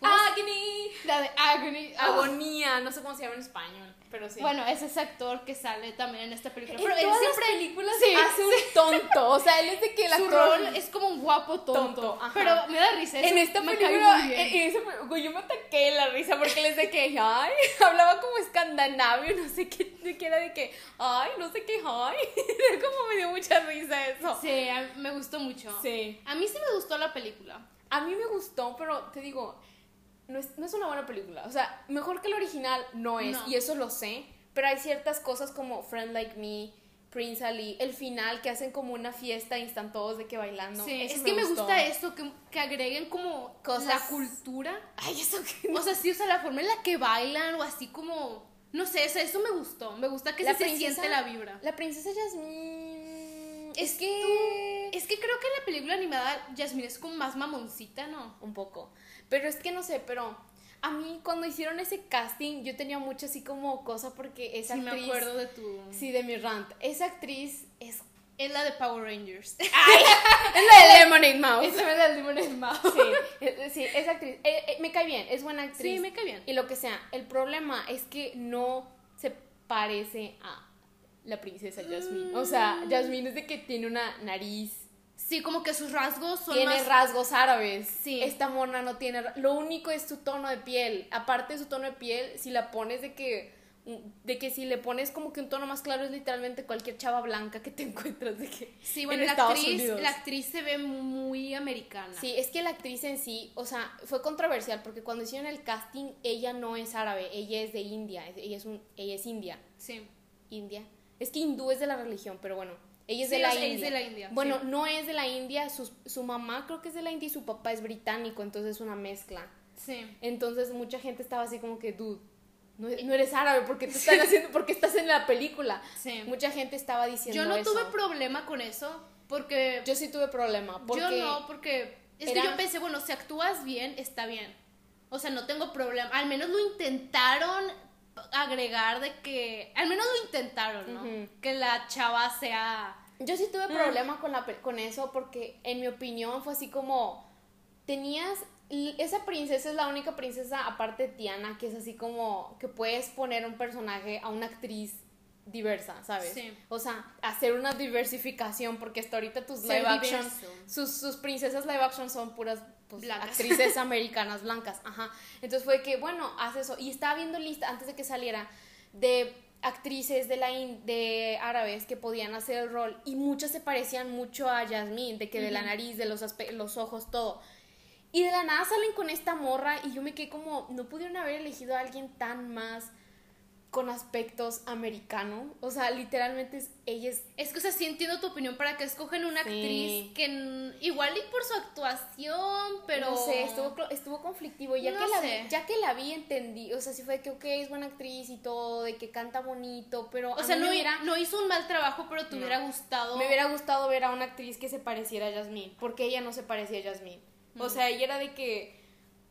¿cómo se- Agni. la de Agony. Ah, Agonía. No sé cómo se llama en español, pero sí. Bueno, es ese actor que sale también en esta película. en Pero él todas las siempre películas sí, hace un tonto. O sea, él es de que el su actor... rol es como un guapo tonto. Tonto, ajá. pero me da risa. eso en esta me cae película, eh, muy bien. en- en esa pe- güey, yo me ataqué de la risa porque les de que, ay, [laughs] hablaba como escandinavio, no sé qué, de que era de que, ay, no sé qué, ay, [laughs] Era como me dio mucha risa eso. Sí, a- me gustó mucho. sí. A mí sí me gustó la película. A mí me gustó, pero te digo, no es, no es una buena película. O sea, mejor que la original no es, No. y eso lo sé. Pero hay ciertas cosas como Friend Like Me, Prince Ali, el final que hacen como una fiesta y están todos de que e-, bailando. Sí, Eso es que me gustó. gusta eso, que, que agreguen como Cosas- la cultura. Ay, eso que O sea, sí, o sea, la forma en la que bailan o así como... No sé, o sea, eso me gustó. Me gusta que La sí se princesa- siente la vibra. La princesa Jasmine. Es, Es que. Es que creo que en la película animada Jasmine es como más mamoncita, ¿no? un poco. Pero es que no sé, pero a mí cuando hicieron ese casting, yo tenía mucho así como cosa porque esa Sí, me actriz. acuerdo de tu... Sí, de mi rant. Esa actriz es Es la de Power Rangers. Es la de Lemonade [laughs] Mouse. Esa es la de Lemonade [laughs] Mouth. Sí, eh, sí, es actriz. Eh, eh, me cae bien, es buena actriz. Sí, me cae bien. Y lo que sea, el problema es que no se parece a la princesa Jasmine. O sea, Mm. Jasmine es de que tiene una nariz, Sí, como que sus rasgos son tiene más... rasgos árabes. Sí. Esta mona no tiene. ra- Lo único es su tono de piel. Aparte de su tono de piel, si la pones de que. De que si le pones como que un tono más claro es literalmente cualquier chava blanca que te [laughs] encuentras de que Sí, bueno, en la Estados actriz, Unidos. la actriz se ve muy americana. Sí, es que la actriz en sí, o sea, fue controversial porque cuando hicieron el casting, ella no es árabe, ella es de India, es- ella es, un, ella es india, Sí. india. Es que hindú es de la religión, pero bueno, ella es, Sí, de, la o sea, India. ella es de la India, Bueno, sí. no es de la India, su, su mamá creo que es de la India y su papá es británico, entonces es una mezcla. Sí. Entonces mucha gente estaba así como que, dude, no, no eres árabe, porque te [laughs] están haciendo, porque estás en la película. Sí. Mucha gente estaba diciendo Yo no eso. tuve problema con eso porque Yo sí tuve problema, porque... yo no, porque es era- que yo pensé, bueno, si actúas bien, está bien. O sea, no tengo problema. Al menos lo intentaron agregar de que al menos lo intentaron, ¿no? Ujú. Que la chava sea Yo sí Mm. tuve problemas con, la, pe- con eso porque, en mi opinión, fue así como, tenías, l- esa princesa es la única princesa, aparte de Tiana, que es así como, que puedes poner un personaje a una actriz diversa, ¿sabes? Sí. O sea, hacer una diversificación porque hasta ahorita tus Ser live action, diverso. sus, sus princesas live action son puras pues, Blancas. actrices americanas blancas, ajá. Entonces fue que, bueno, haz eso. Y estaba viendo lista antes de que saliera de actrices de la in- de árabes que podían hacer el rol y muchas se parecían mucho a Yasmín, de que de la nariz, de los, aspe- los ojos, todo. Y de la nada salen con esta morra y yo me quedé como, no pudieron haber elegido a alguien tan más con aspectos americano. O sea, literalmente es- ella es Es que, o sea, sí entiendo tu opinión para que escogen una Sí. actriz que n- igual y por su actuación, pero... No sé, estuvo, clo- estuvo conflictivo. Ya, No que la sé. vi, ya que la vi, entendí. O sea, sí fue de que, ok, es buena actriz y todo, de que canta bonito, pero. O sea, no, me hi- hubiera, no hizo un mal trabajo, pero te No. hubiera gustado... me hubiera gustado ver a una actriz que se pareciera a Yasmín, porque ella no se parecía a Yasmín. O sea, ella era de que.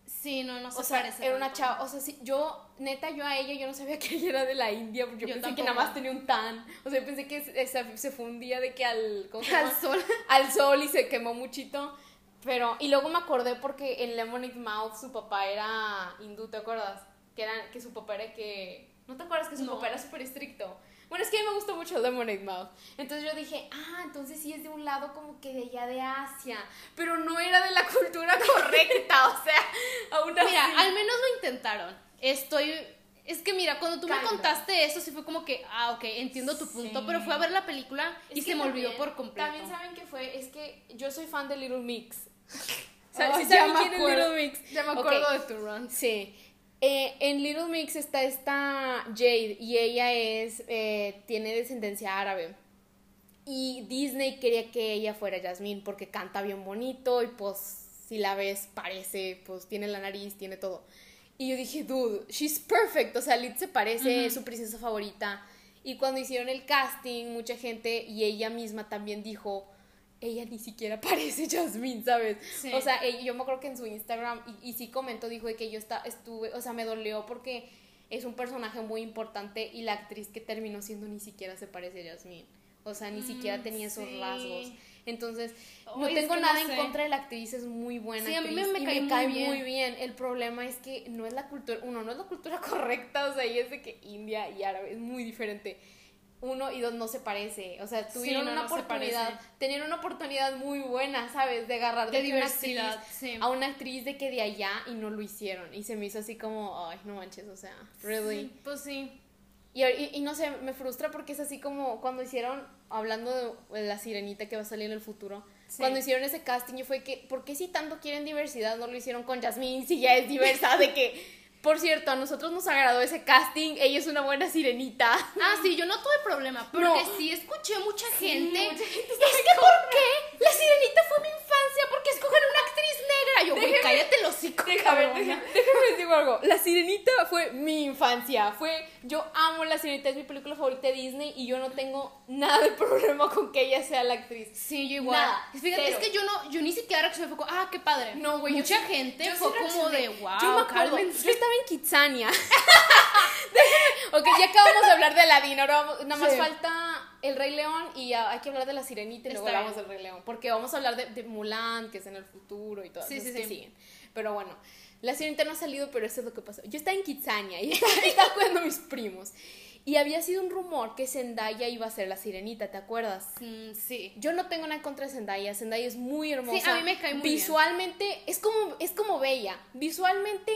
Sí, no, Mm. no se O sea, parece era una tanto. chava. O sea, sí, yo, neta, yo a ella, yo no sabía [laughs] que ella era de la India, porque yo, Yo pensé que tampoco. nada más tenía un tan. O sea, yo pensé que se, se- se fundía de que al. [laughs] ¿Cómo se llama? Al sol. al sol y se quemó muchito. Pero, y luego me acordé porque en Lemonade Mouth su papá era hindú, ¿te acuerdas? Que, era, que su papá era que... ¿No te acuerdas que su No. papá era súper estricto? Bueno, es que a mí me gustó mucho Lemonade Mouth. Entonces yo dije, ah, entonces sí es de un lado como que de allá de Asia. Pero no era de la [laughs] cultura correcta, o sea, aún así. Mira, [laughs] al menos lo intentaron. Estoy... Es que mira, cuando tú me Kinda. contaste eso, sí fue como que, ah, ok, entiendo tu punto, Sí. pero fue a ver la película Es y que se me olvidó también- por completo. También saben que fue, es que yo soy fan de Little Mix. [laughs] Oh, ¿Sí ya saben me quién es acuerdo. Little Mix? Ya me Ok. acuerdo de tu run. Sí. Eh, en Little Mix está esta Jade y ella es eh, tiene descendencia árabe. Y Disney quería que ella fuera Jasmine porque canta bien bonito y pues si la ves parece, pues tiene la nariz, tiene todo. Y yo dije, dude, she's perfect. O sea, Lid se parece, es su princesa favorita. Y cuando hicieron el casting, mucha gente y ella misma también dijo, ella ni siquiera [laughs] parece Jasmine, ¿sabes? Sí. O sea, ella- yo me acuerdo que en su Instagram, y, y sí comentó, dijo de que yo esta- estuve, o sea, me dolió porque es un personaje muy importante y la actriz que terminó siendo ni siquiera se parece a Jasmine. O sea, ni siquiera Mm, tenía esos sí. rasgos. Entonces, no Ay, es tengo que no nada sé. en contra de la actriz, es muy buena. Sí, a mí actriz me- me y cae muy bien. muy bien. El problema es que no es la cultura, uno, no es la cultura [laughs] correcta, o sea, y es de que India y árabe es muy diferente. Uno y dos no se parece, o sea, Sí, tuvieron no, una no se oportunidad, parece. tenían una oportunidad muy buena, ¿sabes? De agarrar De que una diversidad, actriz- sí. a una actriz de que de allá y no lo hicieron. Y se me hizo así como, ay, no manches, o sea, really. Sí, pues sí. Y, y- y no sé, me frustra porque es así como cuando hicieron, hablando de la sirenita que va a salir en el futuro, Sí. cuando hicieron ese casting y fue que, ¿por qué si tanto quieren diversidad no lo hicieron con Jasmine si ya es diversa? De que, por cierto, a nosotros nos agradó ese casting, ella es una buena sirenita. Ah, sí, yo no tuve problema, porque No. sí escuché mucha Sí, gente. mucha gente es que ¿por qué? La sirenita fue mi infancia porque escogen una actriz negra. Yo, güey, Déjeme- cállate el hocico, A ver, cabrona. déjame, déjame decir algo. La Sirenita fue mi infancia. Fue, yo amo La Sirenita, es mi película favorita de Disney y yo no tengo nada de problema con que ella sea la actriz. Sí, yo igual. Nada, Fíjate, cero. es que yo no, yo ni siquiera reaccioné, fue como, ah, qué padre. No, güey, yo Mucha sí- gente yo sí fue como reaccioné. de, wow, yo me acuerdo, cálmense". yo estaba en [laughs] Kitsania. [laughs] ok, ya acabamos de hablar de Aladdin, ahora vamos- nada más Sí. falta El Rey León y ah, hay que hablar de La Sirenita y luego Está hablamos bien. del Rey León, porque vamos a hablar de, de Mulan, que es en el futuro y todas Sí, esas sí, que sí. siguen. Pero bueno, La Sirenita no ha salido, pero eso es lo que pasó. Yo estaba en Kitsania y [laughs] estaba, estaba cuidando a mis primos. Y había sido un rumor que Zendaya iba a ser la sirenita, ¿te acuerdas? Mm, sí. Yo no tengo nada contra Zendaya. Zendaya es muy hermosa. Sí, a mí me cae muy bien. Visualmente, es como es como bella. Visualmente,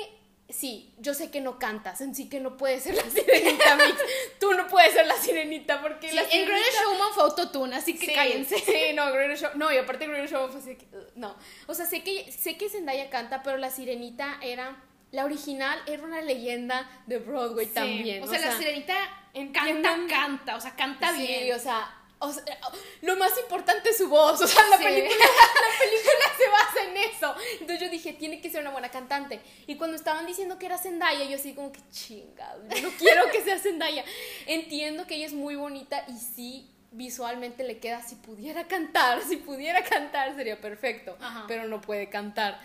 sí, yo sé que no cantas, en sí que no puedes ser la [laughs] sirenita, Mix. Tú no puedes ser la sirenita porque Sí, la en sirenita... Greatest Showman fue autotune, así que Sí, cállense. Sí, no, Greatest Show- No, y aparte Greatest Show fue así que, uh, no. O sea, sé que, sé que Zendaya canta, pero la sirenita era... La original era una leyenda de Broadway Sí. también. O sea, la sirenita canta, entiendan- canta, o sea, canta Sí, bien. o sea, o sea, lo más importante es su voz, o sea, la, Sí. película, la película se basa en eso. Entonces yo dije, tiene que ser una buena cantante. Y cuando estaban diciendo que era Zendaya, yo así como que chingado, yo no quiero que sea Zendaya. Entiendo que ella es muy bonita y sí, visualmente le queda, si pudiera cantar, si pudiera cantar sería perfecto, Ajá. pero no puede cantar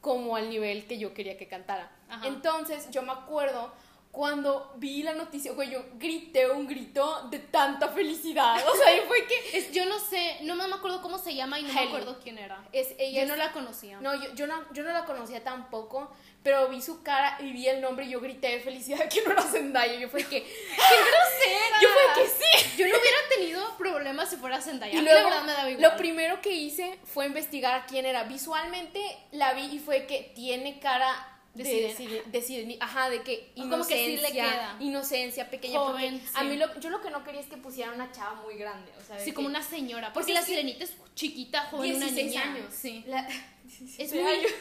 como al nivel que yo quería que cantara. Ajá. Entonces yo me acuerdo cuando vi la noticia, güey, yo grité un grito de tanta felicidad. O sea, y fue que. Es- yo no sé, no me acuerdo cómo se llama y no Hailey. me acuerdo quién era. Es, ella Yo es- no la conocía. No, yo, yo no, yo no la conocía tampoco, pero vi su cara y vi el nombre y yo grité de felicidad que no era Zendaya. Yo fue que. ¡Qué grosera! Yo fue que sí. Yo no hubiera tenido problemas si fuera Zendaya. Y A mí luego, la verdad me daba igual. lo primero que hice fue investigar a quién era. Visualmente la vi y fue que tiene cara de, De sirena. sirena. de sirena- ajá, de que O como que inocencia, sí le queda. inocencia pequeña. porque Joven, sí. a mí lo, yo lo que no quería es que pusieran una chava muy grande, o sea, de Sí, que como una señora. Pues Porque es la que- sirenita es chiquita, joven, una 16 niña. años. Sí. [laughs] La- Es 16 muy- años.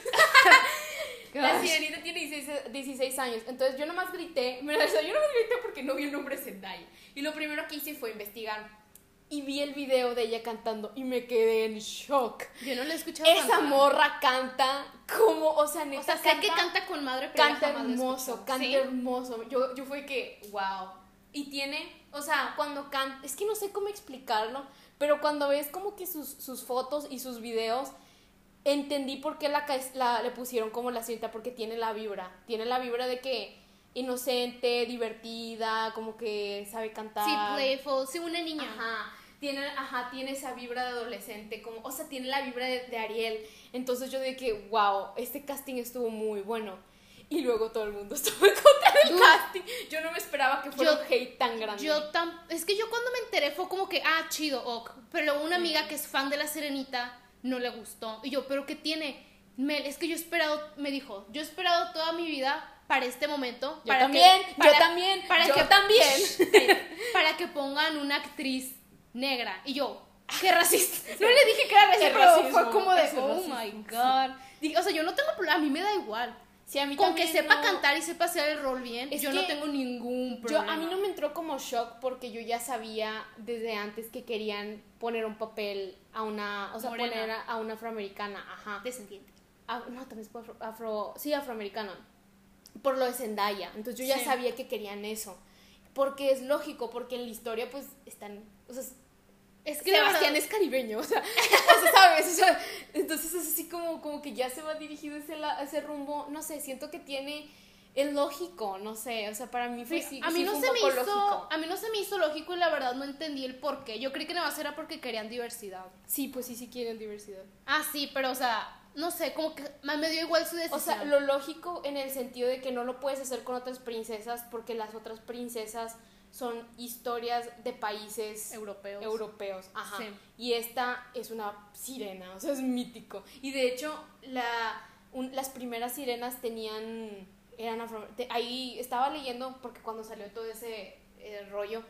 La Gosh. sirenita tiene 16, 16 años. Entonces yo nomás grité, [laughs] me la- o sea, yo nomás grité porque no vi el nombre Zendaya. Y lo primero que hice fue investigar. Y vi el video de ella cantando y me quedé en shock. Yo no la he escuchado. Esa cantar. morra canta como, o sea, neta, O sea, sé que canta con madre, pero canta yo jamás la he hermoso, escuchado. canta Sí. hermoso. Yo, yo fue que, wow. Y tiene, o sea, cuando canta, es que no sé cómo explicarlo, pero cuando ves como que sus, sus fotos y sus videos, entendí por qué la, ca- la- le pusieron como la cinta, porque tiene la vibra. Tiene la vibra de que inocente, divertida, como que sabe cantar. Sí, playful. Sí, una niña. Ajá. Tiene, ajá, tiene esa vibra de adolescente, como, o sea, tiene la vibra de, de Ariel. Entonces yo dije, wow, este casting estuvo muy bueno. Y luego todo el mundo [laughs] estuvo en contra del Dude. casting. Yo no me esperaba que fuera Yo- un hate tan grande. Yo tam es que yo cuando me enteré fue como que, ah, chido, ok. Pero luego una amiga que es fan de la Serenita no le gustó. Y yo, ¿pero qué tiene? Mel, es que yo he esperado, me dijo, yo he esperado toda mi vida para este momento. Yo para también, que, yo para- también, para yo que- también. [laughs] Sí, para que pongan una actriz negra. Y yo, "Ah, [laughs] qué racista. No le dije que era racista, Es pero fue racismo, como de, es oh racismo". my god. Dije, o sea, yo no tengo problema, a mí me da igual. Sí, a mí Con que también sepa no- cantar y sepa hacer el rol bien, Es yo que no tengo ningún Yo, problema. a mí no me entró como shock porque yo ya sabía desde antes que querían poner un papel a una, o sea, Morena. poner a, a una afroamericana, ajá. Descendiente. Ah, no, también es afro, afro- sí, afroamericana, por lo de Zendaya. Entonces yo ya Sí. sabía que querían eso. Porque es lógico, porque en la historia pues están, o sea, Es que la verdad- Sebastián es caribeño, [laughs] o sea, o sea, ¿sabes? O sea, entonces es así como, como que ya se va dirigido ese, la- ese rumbo, no sé, siento que tiene, es lógico, no sé, o sea, para mí fue Sí, sí- a mí sí no fue un se me poco hizo lógico. a mí no se me hizo lógico y la verdad no entendí el por qué yo creí que nada más era porque querían diversidad Sí, pues sí, sí quieren diversidad. ah sí pero o sea no sé como que me me dio igual su decisión O sea, lo lógico en el sentido de que no lo puedes hacer con otras princesas porque las otras princesas son historias de países europeos europeos. Ajá. Sí. Y esta es una sirena, o sea, es mítico. Y de hecho, la, un- las primeras sirenas tenían, eran afro- te- Ahí estaba leyendo, porque cuando salió todo ese eh, rollo,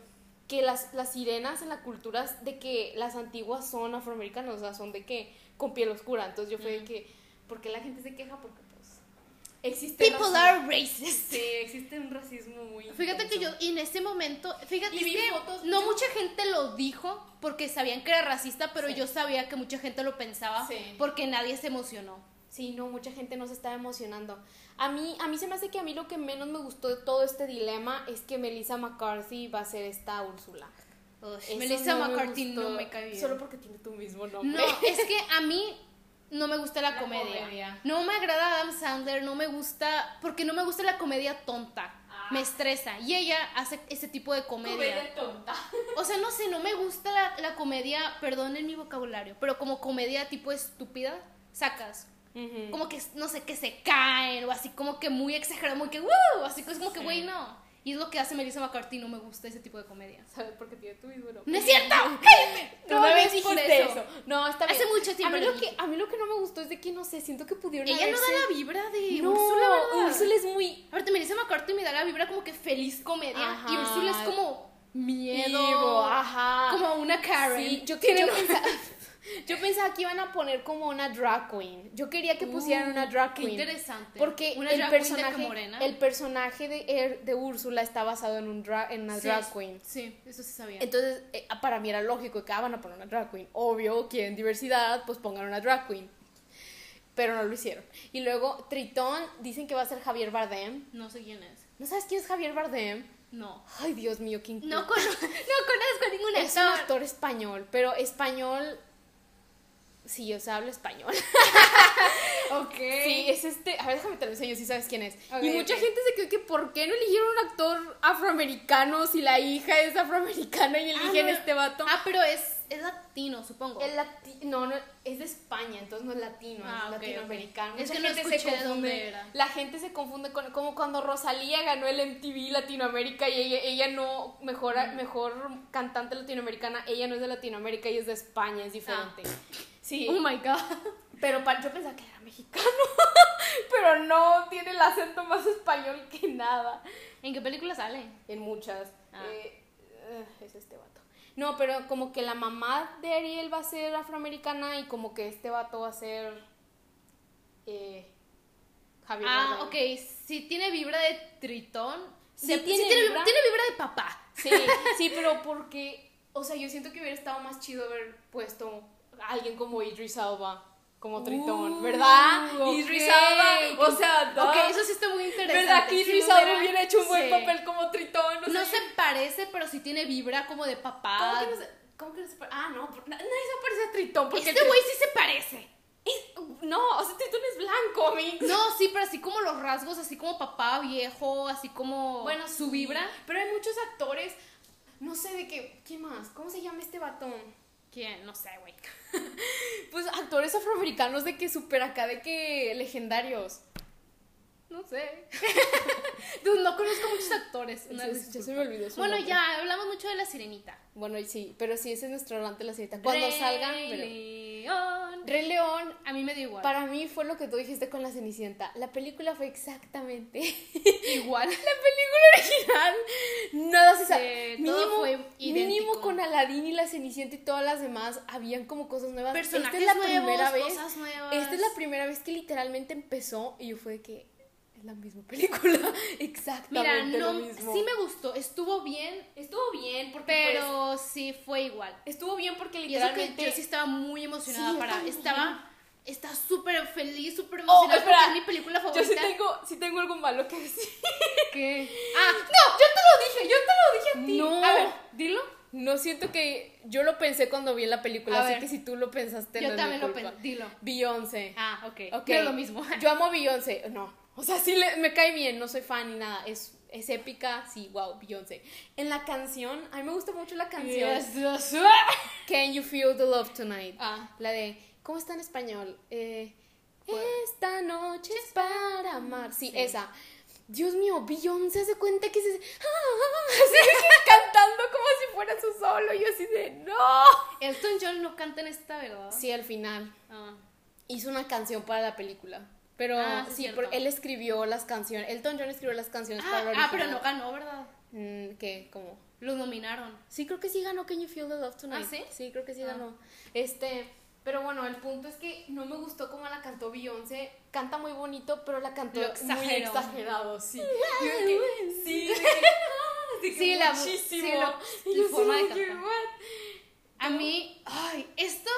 que las, las sirenas en la cultura es de que las antiguas son afroamericanas, o sea, son de que con piel oscura. Entonces yo fue de Ujú. que, ¿por qué la gente se queja? Porque pues... Existe people racismo. are racist Sí, existe un racismo muy... fíjate que yo intenso. y en ese momento fíjate Y vi que fotos- no yo- mucha gente lo dijo porque sabían que era racista pero Sí. yo sabía que mucha gente lo pensaba Sí. porque nadie se emocionó Sí, no, mucha gente no se estaba emocionando. A mí, a mí se me hace que a mí lo que menos me gustó de todo este dilema es que Melissa McCarthy va a ser esta Úrsula. Uy, Eso Melissa no me McCarthy no gustó, me cae bien Solo porque tiene tu mismo nombre. No, [laughs] es que a mí no me gusta la, La comedia. comedia. No me agrada Adam Sandler, no me gusta, porque no me gusta la comedia tonta. Ah. Me estresa. Y ella hace ese tipo de comedia. tonta. O sea, no sé, no me gusta la, la comedia, perdonen mi vocabulario, pero como comedia tipo estúpida, sacas. Como que, no sé, que se caen, o así como que muy exagerado, muy que, wow, así que es como que, Sí. güey, no. Y es lo que hace Melissa McCarthy, no me gusta ese tipo de comedia. ¿Sabes por qué tiene tu mismo nombre? ¡No es cierto! ¡Cállate! [laughs] Tú una vez dijiste eso. No, está bien. Hace mucho tiempo A mí, lo lo que, a mí lo que no me gustó es de que, no sé, siento que pudieron Ella no haberse- da la vibra de No, Úrsula, ¿verdad? Úrsula es muy... Ahorita Melissa McCarthy me da la vibra como que feliz comedia. Ajá. Y Úrsula es como miedo. Vivo, ajá. Como una Karen. Sí, [laughs] yo, Tienen yo un- pensaba, [laughs] yo pensaba que iban a poner como una drag queen. Yo quería que pusieran Uh, una drag qué queen. interesante. Porque Una el, drag queen de personaje, Camorena. el personaje de, Er- de Úrsula está basado en, un dra- en una Sí, drag queen. Sí, eso sí sabía. Entonces, eh, para mí era lógico que ah, van a poner una drag queen. Obvio, quieren diversidad, pues pongan una drag queen. Pero no lo hicieron. Y luego, Tritón, dicen que va a ser Javier Bardem. No sé quién es. ¿No sabes quién es Javier Bardem? No. Ay, Dios mío, qué [laughs] No, cono- no conozco ninguna Es un actor español, pero español. Sí, o sea, habla español. Ok. Sí, es este. A ver, déjame te lo enseño si sabes quién es. Ok, y mucha ok. gente se quedó que ¿por qué no eligieron un actor afroamericano si la hija es afroamericana y eligen no. este vato? Ah, pero es, es latino, supongo. El lati- no, no, es de España, entonces no es latino, Ah, es ok, latinoamericano. ok. Es Mucha que no escuché de se dónde confunde. era. La gente se confunde con como cuando Rosalía ganó el MTV Latinoamérica y ella, ella no, mejor, mejor cantante latinoamericana, ella no es de Latinoamérica, ella es de España, es diferente. Sí, Oh my god. pero pa- yo pensaba que era mexicano, [laughs] pero no, tiene el acento más español que nada ¿En qué película sale? en muchas. Ah. Eh, eh, es este vato. No, pero como que la mamá de Ariel va a ser afroamericana y como que este vato va a ser eh, Javier. Ah, Bardem. ok. Sí tiene vibra de tritón. Sí Se- tiene vibra. tiene vibra de papá. Sí, sí, pero porque, o sea, yo siento que hubiera estado más chido haber puesto a alguien como Idris Alba. Como Tritón, Uh, ¿verdad? ok. Idris Alba, o sea, duh. Ok, eso sí está muy interesante. ¿verdad que Sí Idris me Alba hubiera- hubiera hecho un buen Sí. papel como Tritón? O sea, No se parece, pero sí tiene vibra como de ¿Cómo papá. que no se, cómo que no se pare- Ah, no, por- na- nadie se parece a Tritón. Porque el Este güey sí se Tritón- parece. es- no, o sea, Tritón es blanco, Mix. No, sí, pero así como los rasgos, así como papá viejo, así como Bueno, su sí, vibra. Pero hay muchos actores. No sé de qué. ¿Qué más? ¿Cómo se llama este batón? ¿Quién? No sé, güey. Pues actores afroamericanos de que super acá, de que legendarios. No sé. [laughs] Dude, no conozco muchos actores. una Ya- ya disculpa. se me olvidó su Bueno, nombre. ya hablamos mucho de la sirenita. Bueno, y sí, pero sí, ese es nuestro orante la cita. Cuando Rey salgan. pero- León. Rey León, A mí me da igual. para mí fue lo que tú dijiste con la Cenicienta. La película fue exactamente. [laughs] Igual. La película original, nada se sabe. Sí, mínimo, todo fue idéntico. mínimo con Aladín y la Cenicienta y todas las demás, habían como cosas nuevas. Personajes Esta es la nuevos, primera vez. cosas nuevas. Esta es la primera vez que literalmente empezó y yo fue de que es la misma película. [laughs] Mira, Exactamente no, lo mismo. sí me gustó, estuvo bien, pues, Estuvo bien porque pero sí fue igual. estuvo bien porque Y eso que yo sí literalmente estaba muy emocionada Sí, yo para, también. estaba, está súper feliz, súper Oh, emocionada espera, porque es mi película yo sí favorita. tengo, sí tengo algo malo que decir. ¿Qué? Ah, No, yo te lo dije, yo te lo dije a ti. no. A ver, dilo. No siento que yo lo pensé cuando vi la película, A así ver. que si tú lo pensaste, Yo no también es lo mi culpa. pensé, dilo. Beyoncé. Ah, ok. Ok. okay. [laughs] lo mismo. [laughs] Yo amo Beyoncé, no. O sea, sí le- me cae bien, no soy fan ni nada. Es, es épica, sí, wow, Beyoncé. En la canción, a mí me gusta mucho la canción Yes, yes. Can You Feel the Love Tonight. Ah, La de, ¿cómo está en español? Eh, esta noche es para amar. Sí, Sí. esa. Dios mío, Beyoncé se cuenta que se... Así de [laughs] que cantando como si fuera su solo. Yo así de, no. Elton John no canta en esta, ¿verdad? Sí, al final Ah. hizo una canción para la película. Pero Ah, sí, es sí, cierto. pero él escribió las canciones. Elton John escribió las canciones Ah, para la ah, pero no original. ganó, ¿verdad? Mm, ¿Qué? ¿Cómo? Lo nominaron. Sí, creo que sí ganó Can You Feel the Love Tonight. ¿Ah, sí? Sí, creo que sí Ah. ganó. Este, pero bueno, el punto es que no me gustó cómo la cantó Beyoncé. Canta muy bonito, pero la cantó Lo muy exageró. exagerado, sí. Yo de que- [laughs] sí, de que- de que Sí, la- muchísimo. sí, lo- Y la yo forma sí de que, cantar. "What?". A mí, ay, esto,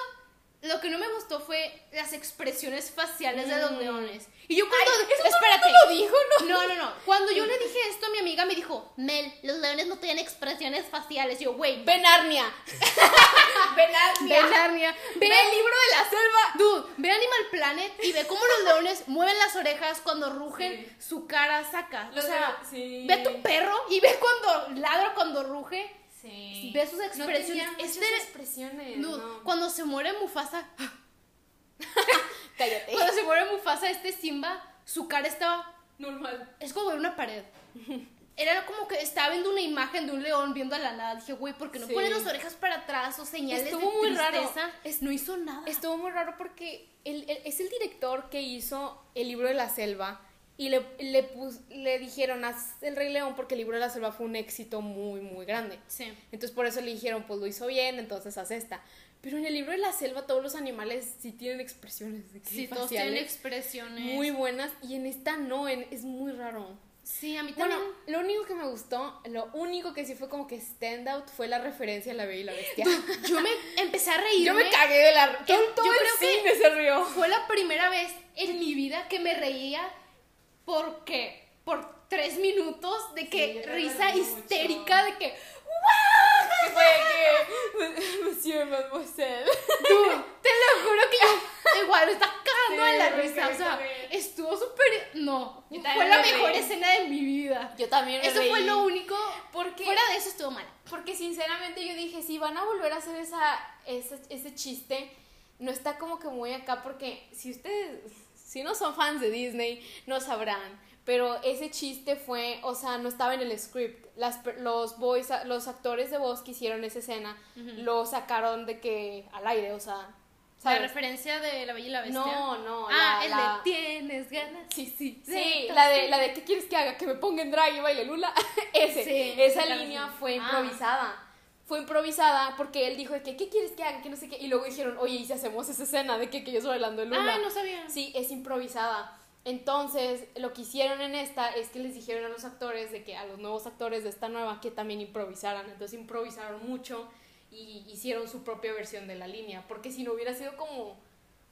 lo que no me gustó fue las expresiones faciales de Don Mm. Leones. Y yo cuando, espérate, Espérate. lo dijo, no? no, no, no, cuando yo le dije esto a mi amiga me dijo, Mel, los leones no tienen expresiones faciales. Yo, güey, ve, Ven [laughs] Arnia. Ven Arnia. Ven Narnia, Ve ve, el libro de la selva. dude, ve Animal Planet y ve cómo los leones [laughs] mueven las orejas cuando rugen, su cara saca. Los o sea, leones, sí. ve a tu perro y ve cuando ladra, cuando ruge. Sí. Ve sus expresiones. Este- Estas expresiones. Dude, no. cuando se muere Mufasa, Cállate. Cuando se muere Mufasa, este Simba, su cara estaba. Normal. Es como ver una pared. Era como que estaba viendo una imagen de un león viendo a la nada. Dije, güey, ¿por qué no Sí. pone las orejas para atrás o señales Estuvo de muy raro. tristeza? no hizo nada. Estuvo muy raro porque el- el- es el director que hizo El libro de la selva y le, le, pus- le dijeron haz El Rey León porque El libro de la selva fue un éxito muy, muy grande. Sí. Entonces por eso le dijeron, pues lo hizo bien, entonces haz esta. Pero en el libro de la selva todos los animales sí tienen expresiones de que Sí, todos faciales tienen expresiones. muy buenas y en esta no, en- es muy raro. Sí, a mí Bueno, también. lo único que me gustó, lo único que sí fue como que standout fue la referencia a la Bella y la Bestia. Yo [laughs] me empecé a reírme. Yo me cagué de la... Todo, Yo- todo yo el creo que- cine se rió. Fue la primera vez en mi vida que me reía porque por tres minutos de Sí, yo que también me risa reí mucho. histérica de que Que fue [laughs] de que... Monsieur, mademoiselle. [laughs] Dude, te lo juro que yo, igual esta cara cagando Sí, de la me risa. O cagué sea, también. estuvo súper. No. Yo Fue también la me mejor reí. escena de mi vida. Yo también me Eso fue reí. lo único. Porque, Fuera de eso estuvo mal. porque sinceramente yo dije, si van a volver a hacer esa, ese, ese chiste, no está como que muy acá, porque si ustedes, si no son fans de Disney, no sabrán. Pero ese chiste fue, o sea, no estaba en el script. Las, per- los, voice, los actores de voz que hicieron esa escena lo sacaron de que al aire, o sea. La ¿sabes? referencia de La Bella y la Bestia. No, no. Ah, la- el la- de tienes ganas. Sí, sí. Sí, Sí, la de, la de ¿qué quieres que haga? Que me ponga en drag y baile Lula. [laughs] Ese, Sí, esa claro, línea sí. fue Ah. improvisada. Fue improvisada porque él dijo de que ¿qué quieres que haga? Que no sé qué. Y luego dijeron, oye, ¿y si hacemos esa escena de que, que yo soy bailando el Lula? Ah, no sabía. Sí, es improvisada. Entonces, lo que hicieron en esta es que les dijeron a los actores de que a los nuevos actores de esta nueva que también improvisaran. Entonces improvisaron mucho y hicieron su propia versión de la línea. Porque si no hubiera sido como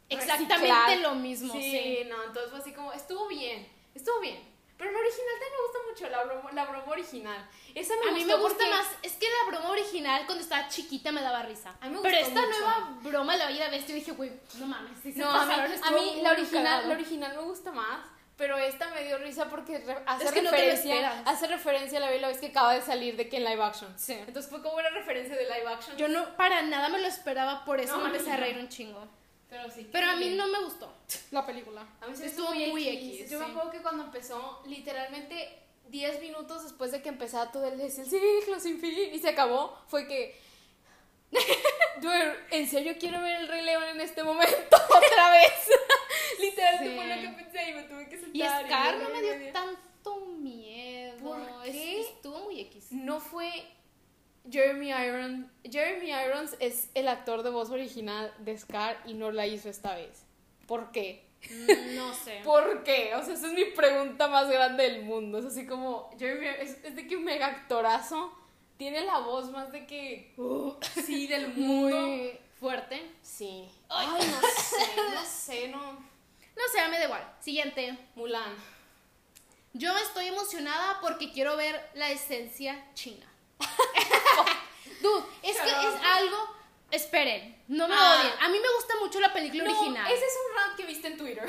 Exactamente reciclar. lo mismo. Sí, sí. no, entonces fue así como, estuvo bien, estuvo bien. Pero la original también me gusta mucho, la broma, la broma original. Esa me A mí me gustó gusta porque- más, es que la broma original cuando estaba chiquita me daba risa. A mí me Pero gustó esta mucho. nueva broma de la vida bestia, yo dije, güey, no mames. sí se No, a mí, pasaron, a estuvo mí muy la, original, cagado. la original me gusta más, pero esta me dio risa porque re- hace, Es que no te lo referencia, esperas. hace referencia a la vez que acaba de salir de que en live action. Sí. Entonces fue como una referencia de live action. Yo no, para nada me lo esperaba, por eso No, me empecé no. a reír un chingo. pero sí. Pero a sí. mí no me gustó la película. A mí se me hizo Estuvo muy X. Yo me sí. acuerdo que cuando empezó, literalmente 10 minutos después de que empezaba todo el, es el ciclo sin fin y se acabó, fue que. [laughs] Duer, en serio quiero ver el Rey León en este momento [laughs] otra vez. Literalmente Sí. fue lo que pensé y me tuve que sentar. Y Scar no verlo me y dio tanto miedo. ¿Por es- qué? estuvo muy X. [laughs] No fue Jeremy Irons. Jeremy Irons es el actor de voz original de Scar y no la hizo esta vez. ¿Por qué? Mm, No sé. ¿Por qué? O sea, esa es mi pregunta más grande del mundo. Es así como, Jeremy, es, es de que un mega actorazo tiene la voz más de que... [laughs] sí, del mundo. Muy fuerte. Sí. Ay, [laughs] no sé, no sé, no. No sé, a mí me da igual. Siguiente. Mulan. Yo estoy emocionada porque quiero ver la esencia china. [laughs] Dude, es que Claro. es algo. Esperen, no me Ah. odien. A mí me gusta mucho la película original. No, ese es un rant que viste en [laughs] Twitter.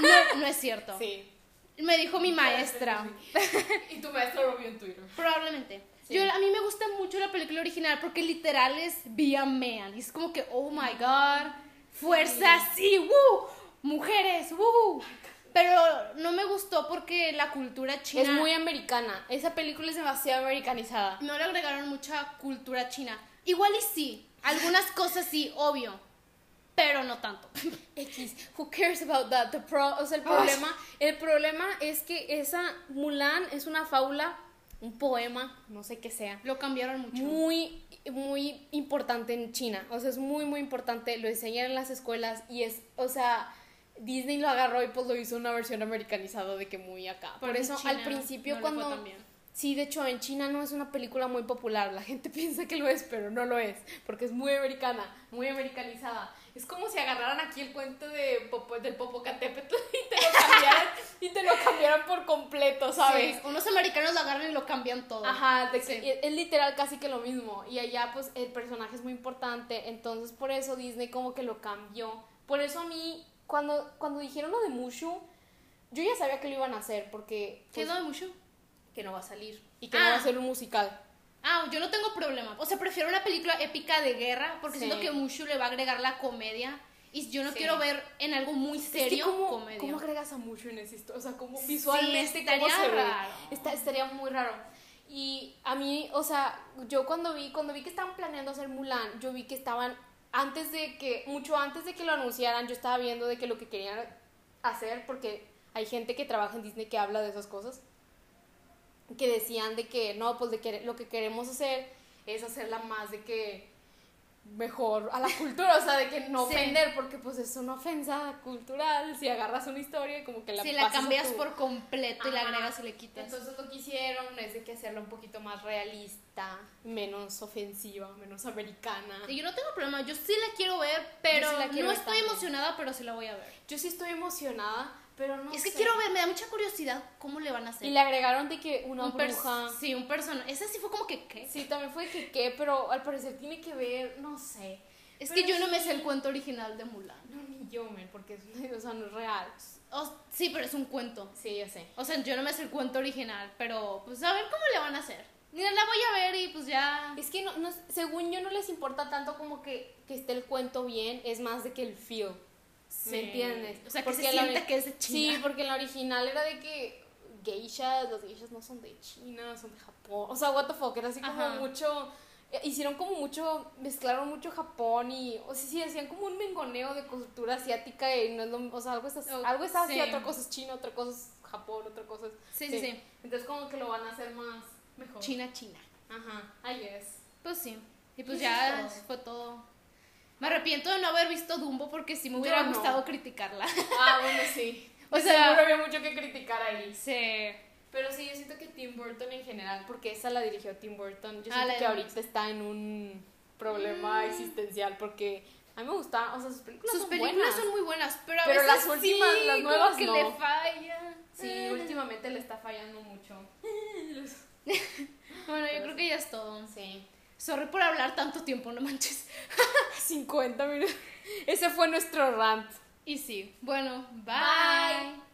No, no es cierto. Sí. Me dijo mi maestra. [laughs] Y tu maestra lo vio en Twitter. Probablemente. Sí. Yo, a mí me gusta mucho la película original porque literal es Be a Man. Es como que, oh my god, fuerza, sí, woo, mujeres, woo. Pero no me gustó porque la cultura china. Es muy americana. Esa película es demasiado americanizada. No le agregaron mucha cultura china. Igual y sí, algunas cosas sí, obvio. Pero no tanto. [laughs] X, who cares about that? The pro- o sea, el problema, el problema es que esa Mulan es una fábula, un poema, no sé qué sea, Lo cambiaron mucho. muy, muy importante en China. O sea, es muy, muy importante. Lo enseñan en las escuelas y es, o sea, Disney lo agarró y pues lo hizo una versión americanizada de que muy acá. Por, Porque en eso China al principio no le fue cuando tan bien. Sí, de hecho, en China no es una película muy popular. La gente [laughs] piensa que lo es, pero no lo es, porque es muy americana, muy americanizada. Es como si agarraran aquí el cuento de Popo- del Popocatépetl [laughs] y te lo cambiaran, y te lo cambiaran por completo, ¿sabes? Sí, unos americanos lo agarran y lo cambian todo. Ajá, de que- e, Sí. es- es literal casi que lo mismo. Y allá, pues, el personaje es muy importante. Entonces, por eso Disney como que lo cambió. Por eso a mí, cuando, cuando dijeron lo de Mushu, yo ya sabía que lo iban a hacer, porque... pues, Quedó mucho. que no va a salir. Y que no Ah. va a ser un musical. Ah, yo no tengo problema. O sea, prefiero una película épica de guerra porque Sí. siento que Mushu le va a agregar la comedia. Y yo no Sí. quiero ver en algo muy Es que serio ¿cómo, comedia. cómo agregas a mucho en esa historia? O sea, como visualmente estaría cómo se ve? raro. Está- estaría muy raro. Y a mí, o sea, yo cuando vi, cuando vi que estaban planeando hacer Mulan, yo vi que estaban, antes de que, mucho antes de que lo anunciaran, yo estaba viendo de que lo que querían hacer, porque hay gente que trabaja en Disney que habla de esas cosas, que decían de que, no, pues de que lo que queremos hacer es hacerla más de que mejor a la cultura, o sea, de que no Sí. ofender, porque pues es una ofensa cultural, si agarras una historia y como que la si la pasas a cambias tu- por completo y la Ajá. agregas y le quitas. Entonces lo que hicieron es de que hacerla un poquito más realista, menos ofensiva, menos americana. Y yo no tengo problema, yo sí la quiero ver, pero sí la quiero no ver estoy también. emocionada, pero sí la voy a ver. Yo sí estoy emocionada, pero no es que sé. quiero ver, me da mucha curiosidad cómo le van a hacer. Y le agregaron de que una un pers- bruja... Sí, un personaje. Esa sí fue como que, ¿qué? Sí, también fue que qué, pero al parecer tiene que ver, no sé. Es Pero que yo no me sí. sé el cuento original de Mulan. No, ni yo, men, porque es O sea, no es [laughs] real. O- sí, pero es un cuento. Sí, ya sé. O sea, yo no me sé el cuento original, pero pues a ver cómo le van a hacer. Ni la voy a ver y pues ya. Es que no, no- según yo no les importa tanto como que, que esté el cuento bien, es más de que el feel. Sí. ¿Me entiendes? O sea, que se la sienta ori- que es de Sí, China. porque en la original era de que geishas, los geishas no son de China, son de Japón. O sea, what the fuck, era así como Ajá. mucho... eh, Hicieron como mucho, mezclaron mucho Japón y, o sea, sí, hacían como un mengoneo de cultura asiática y no es lo, o sea, algo es, as- Oh, algo es Asia, sí. otra cosa es China, otra cosa es Japón, otra cosa es... Sí, sí, sí. Entonces como que lo van a hacer más mejor. China, China. Ajá, I [laughs] guess. Pues sí. Y pues Y ya eso es todo. fue todo. Me arrepiento de no haber visto Dumbo porque sí me Yo hubiera no. gustado criticarla. Ah, bueno, sí. O O sea- sea, seguro había mucho que criticar ahí. [laughs] Sí. Pero sí, yo siento que Tim Burton en general, porque esa la dirigió Tim Burton, yo Ah, la siento que de- ahorita está en un problema existencial porque a mí me gustaban, o sea, Mm. sus películas Sus son películas buenas. son muy buenas, pero a Pero veces las últimas, sí, las como nuevas que no. le falla. Eh. Sí, últimamente le está fallando mucho. Bueno, yo Pero creo que ya es todo. [laughs] Sí. Sorry por hablar tanto tiempo, no manches. 50 minutos. Ese fue nuestro rant. Y sí. Bueno, bye. Bye.